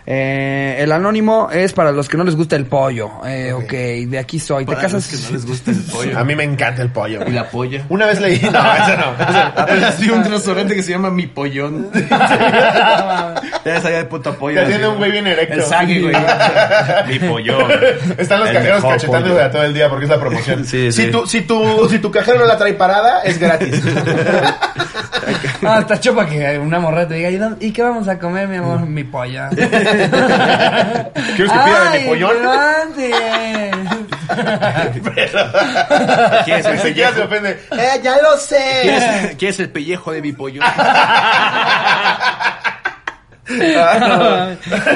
Speaker 7: Eh, el anónimo es para los que no les gusta el pollo. Eh, ok, de aquí soy.
Speaker 3: Para
Speaker 7: ¿Te casas?
Speaker 3: los que no les gusta el pollo.
Speaker 2: A mí me encanta el pollo.
Speaker 3: Y
Speaker 2: güey.
Speaker 3: la Ah, pues, polla.
Speaker 2: Una vez leí. No, eso no.
Speaker 3: Apenas vi un restaurante que se llama Mi Pollón. Ya sabía de puta pollo.
Speaker 2: Te atiende un güey bien erecto.
Speaker 3: El sague, güey. Mi Pollón.
Speaker 2: Están los
Speaker 3: El
Speaker 2: cajeros
Speaker 3: mejor
Speaker 2: cachetándose
Speaker 3: pollo.
Speaker 2: todo el día porque es la promoción.
Speaker 3: Sí,
Speaker 2: si,
Speaker 3: sí.
Speaker 2: Tu, si, tu, si tu cajero no la trae parada, es gratis.
Speaker 7: Ah, está chopa que una morra te diga, ¿y, dónde- y qué vamos a comer, mi amor? Mi polla. ¿Quieres
Speaker 2: ¿Quieres que pida de mi pollón?
Speaker 3: ¿Quieres
Speaker 2: Ni
Speaker 3: el
Speaker 2: siquiera se
Speaker 3: pellejo?
Speaker 2: ofende.
Speaker 8: Eh, ya lo sé.
Speaker 3: ¿Quieres- ¿Quieres el pellejo de mi pollo?
Speaker 2: Ah,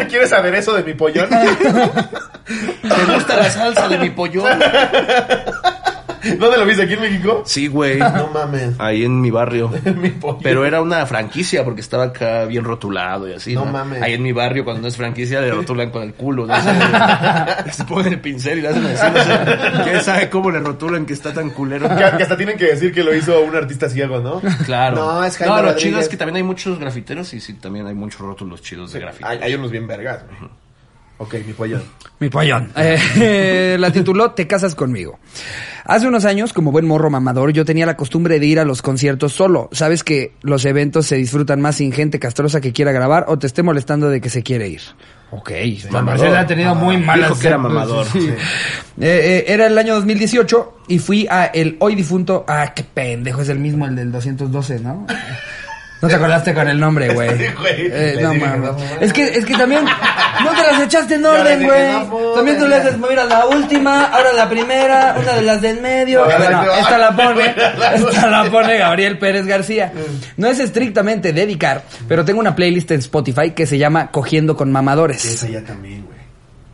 Speaker 2: ¿Quieres aderezo de mi pollón?
Speaker 3: ¿Te gusta la salsa de mi pollón?
Speaker 2: ¿Dónde lo viste? ¿Aquí en México?
Speaker 3: Sí, güey.
Speaker 2: No mames.
Speaker 3: Ahí en mi barrio.
Speaker 2: Mi pollo.
Speaker 3: Pero era una franquicia porque estaba acá bien rotulado y así.
Speaker 2: No
Speaker 3: No,
Speaker 2: mames.
Speaker 3: Ahí en mi barrio, cuando no es franquicia, le rotulan con el culo. ¿no? O sea, se ponen el pincel y le hacen así. no sé. ¿Quién sabe cómo le rotulan que está tan culero?
Speaker 2: Que, que hasta tienen que decir que lo hizo un artista ciego, ¿no?
Speaker 3: Claro.
Speaker 8: No, es Jaime
Speaker 3: No, lo
Speaker 8: Rodríguez.
Speaker 3: chido es que también hay muchos grafiteros y sí, también hay muchos rótulos chidos de grafiteros.
Speaker 2: Hay, hay unos bien vergas, güey. Ok, mi pollo.
Speaker 7: Mi pollón. Eh, la tituló Te casas conmigo. Hace unos años, como buen morro mamador, yo tenía la costumbre de ir a los conciertos solo. Sabes que los eventos se disfrutan más sin gente castrosa que quiera grabar o te esté molestando de que se quiere ir. Ok.
Speaker 2: Mamador.
Speaker 7: ha tenido muy malas...
Speaker 3: Dijo que era mamador.
Speaker 7: Sí. Eh, eh, era el año 2018 y fui a el hoy difunto... Ah, qué pendejo, es el mismo, el del 212, ¿no? No te acordaste con el nombre, güey.
Speaker 2: Sí, güey.
Speaker 7: Eh,
Speaker 2: Le
Speaker 7: no
Speaker 2: dije,
Speaker 7: mames.
Speaker 2: no, mames.
Speaker 7: Es que, es que también no te las echaste en
Speaker 2: le
Speaker 7: orden,
Speaker 2: dije,
Speaker 7: güey.
Speaker 2: no, mames.
Speaker 7: También tú le haces mover a la última, ahora la primera, una de las de en medio.
Speaker 2: Ahora
Speaker 7: Bueno,
Speaker 2: la que va.
Speaker 7: esta la pone, esta la pone Gabriel Pérez García. No es estrictamente dedicar, pero tengo una playlist en Spotify que se llama Cogiendo con Mamadores.
Speaker 2: ya también, güey.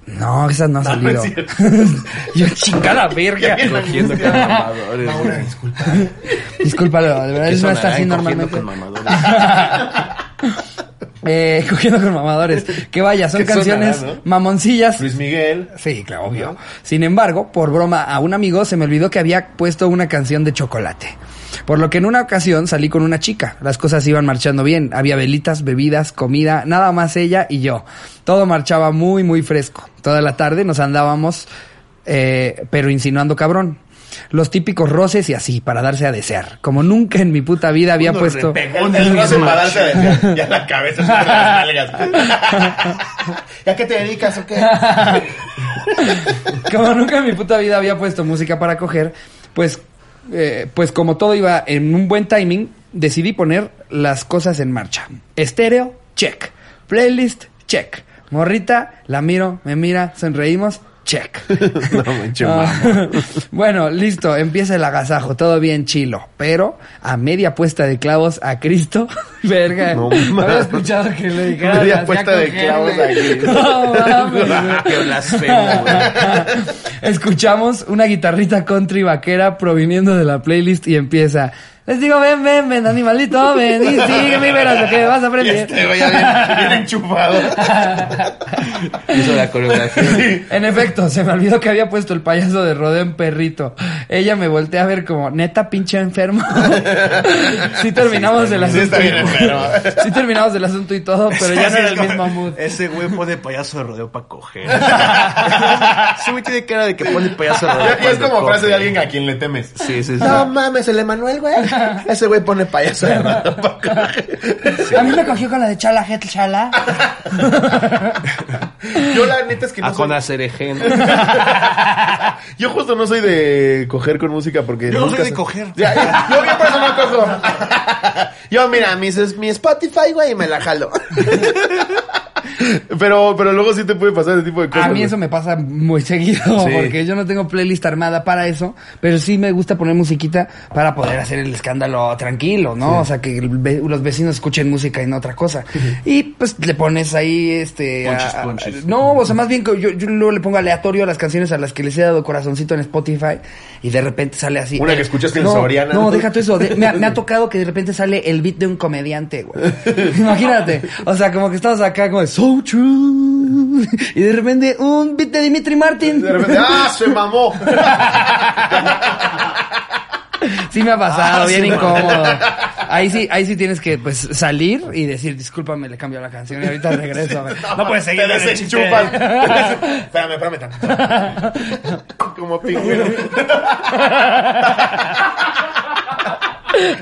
Speaker 7: No, esa no ha
Speaker 2: No, no
Speaker 7: salido.
Speaker 2: es
Speaker 7: Yo chingada verga.
Speaker 3: Cogiendo con mamadores.
Speaker 2: Ahora, disculpa.
Speaker 7: Discúlpalo, de verdad
Speaker 3: Que
Speaker 7: él no
Speaker 3: sonará
Speaker 7: está así
Speaker 3: en ¿eh? Cogiendo
Speaker 7: normalmente.
Speaker 3: con mamadores.
Speaker 7: Eh, cogiendo con mamadores. Que vaya, son
Speaker 2: Que
Speaker 7: canciones
Speaker 2: sonará, ¿no?
Speaker 7: mamoncillas.
Speaker 2: Luis Miguel.
Speaker 7: Sí, claro, obvio. Sin embargo, por broma a un amigo se me olvidó que había puesto una canción de chocolate. Por lo que en una ocasión salí con una chica. Las cosas iban marchando bien. Había velitas, bebidas, comida, nada más ella y yo. Todo marchaba muy, muy fresco. Toda la tarde nos andábamos, eh, pero insinuando cabrón. Los típicos roces y así, para darse a desear. Como nunca en mi puta vida había
Speaker 3: Unos
Speaker 7: puesto...
Speaker 3: repegón.
Speaker 2: El, el brazo para darse a desear. Ya la cabeza es las nalgas.
Speaker 8: ¿Ya qué te dedicas o qué?
Speaker 7: como nunca en mi puta vida había puesto música para coger, pues, eh, pues como todo iba en un buen timing, decidí poner las cosas en marcha. Estéreo, check. Playlist, check. Morrita, la miro, me mira, sonreímos,
Speaker 1: Check.
Speaker 2: No, manche,
Speaker 1: Ah,
Speaker 2: mamá.
Speaker 1: bueno, listo, empieza el agasajo, todo bien chilo, pero a media puesta de clavos a Cristo, verga.
Speaker 2: No,
Speaker 1: No,
Speaker 2: mames.
Speaker 1: había escuchado que le dijeran
Speaker 2: Media
Speaker 1: así a
Speaker 2: puesta de
Speaker 1: cogerle.
Speaker 2: clavos a Cristo.
Speaker 1: No, mames, güey.
Speaker 3: Qué blasfemo, güey.
Speaker 1: Escuchamos una guitarrita country vaquera proviniendo de la playlist y empieza. Les digo, ven, ven, ven, animalito, ven y sígueme y verás lo que vas
Speaker 2: Y
Speaker 1: a aprender.
Speaker 2: Este güey ya bien, bien enchufado.
Speaker 3: Hizo la coreografía.
Speaker 1: En efecto, se me olvidó que había puesto el payaso de rodeo en perrito. Ella me voltea a ver como, neta, pinche enfermo. sí terminamos el
Speaker 2: Sí,
Speaker 1: asunto.
Speaker 2: está bien enfermo.
Speaker 1: Sí terminamos el asunto y todo, pero ya no era el mismo mood.
Speaker 3: Ese güey pone payaso de rodeo para coger. Ese güey tiene cara de que pone payaso de rodeo.
Speaker 2: Ya, ya es
Speaker 3: cuando
Speaker 2: como frase
Speaker 3: coge.
Speaker 2: de alguien a quien le temes.
Speaker 3: Sí, sí, sí.
Speaker 7: No mames, el Emanuel, güey. Ese güey pone payaso.
Speaker 1: A mí me cogió con la de Chala Het Chala.
Speaker 2: Yo la neta es que
Speaker 3: Ah,
Speaker 2: no
Speaker 3: con
Speaker 2: soy,
Speaker 3: acerejen.
Speaker 2: Yo justo no soy de coger con música porque...
Speaker 3: Yo no
Speaker 2: nunca
Speaker 3: soy de
Speaker 2: sé-
Speaker 3: coger.
Speaker 2: Ya, ya, yo bien por eso no cojo.
Speaker 7: Yo, mira, mi, mi Spotify, güey, y me la jalo.
Speaker 2: Pero, pero luego sí te puede pasar ese tipo de cosas.
Speaker 1: A mí eso me pasa muy seguido,
Speaker 2: Sí.
Speaker 1: porque yo no tengo playlist armada para eso, pero sí me gusta poner musiquita para poder hacer el escándalo tranquilo, ¿no? O sea, que el ve- los vecinos escuchen música y no otra cosa. Y pues le pones ahí este...
Speaker 3: Ponches,
Speaker 1: a- a-
Speaker 3: ponches.
Speaker 1: no, o sea, más bien que yo, yo luego le pongo aleatorio a las canciones a las que les he dado corazoncito en Spotify y de repente sale así...
Speaker 2: Una que
Speaker 1: el-
Speaker 2: escuchaste en
Speaker 1: no,
Speaker 2: Soriana.
Speaker 1: No, déjate eso. de- me, ha- me ha tocado que de repente sale el beat de un comediante, güey. Imagínate. O sea, como que estamos acá como de So True. Y de repente un beat de Dimitri Martin.
Speaker 2: De repente, ¡ah, se mamó!
Speaker 1: Sí me ha pasado,
Speaker 3: Ah,
Speaker 1: bien
Speaker 3: sí, no.
Speaker 1: incómodo. Ahí sí, ahí sí tienes que pues salir y decir, discúlpame, le cambio la canción y ahorita regreso. güey". No puedes seguir.
Speaker 2: Te
Speaker 1: con el
Speaker 2: desenchupan.
Speaker 1: chiste.
Speaker 2: espérame, espérame tantito. Como pingüino.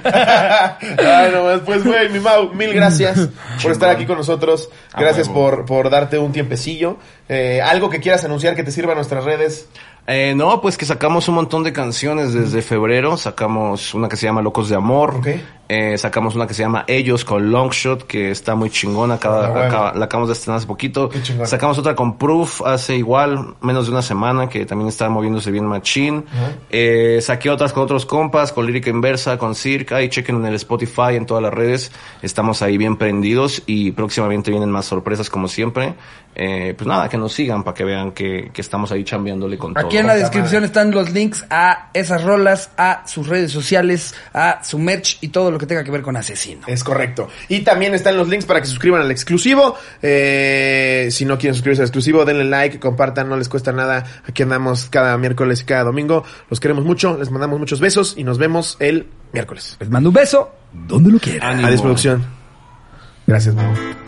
Speaker 2: Ay, nomás, pues, güey, mi Mau, mil gracias por estar aquí con nosotros. Gracias por, por darte un tiempecillo. Eh, algo que quieras anunciar que te sirva a nuestras redes.
Speaker 3: Eh, no, pues que sacamos un montón de canciones desde febrero. Sacamos una que se llama Locos de Amor.
Speaker 2: Ok.
Speaker 3: Eh, sacamos una que se llama Ellos con Longshot, que está muy chingona. Acaba,
Speaker 2: Ah, bueno.
Speaker 3: acaba- la acabamos de estrenar hace poquito.
Speaker 2: Qué chingona.
Speaker 3: Sacamos otra con Proof hace igual, menos de una semana, que también está moviéndose bien machín. Eh, saqué otras con otros compas, con Lírica Inversa, con Circa. Y chequen en el Spotify, en todas las redes. Estamos ahí bien prendidos y próximamente vienen más sorpresas como siempre. Eh, pues nada, que nos sigan para que vean que, que estamos ahí chambeándole con todo.
Speaker 1: Aquí en la descripción están los links a esas rolas, a sus redes sociales, a su merch y todo lo que tenga que ver con Asesino.
Speaker 2: Es correcto. Y también están los links para que se suscriban al exclusivo. Eh, si no quieren suscribirse al exclusivo, denle like, compartan, no les cuesta nada. Aquí andamos cada miércoles y cada domingo. Los queremos mucho, les mandamos muchos besos y nos vemos el miércoles.
Speaker 1: Les mando un beso donde lo quieran.
Speaker 3: Ánimo.
Speaker 2: Adiós, producción. Gracias, Mau.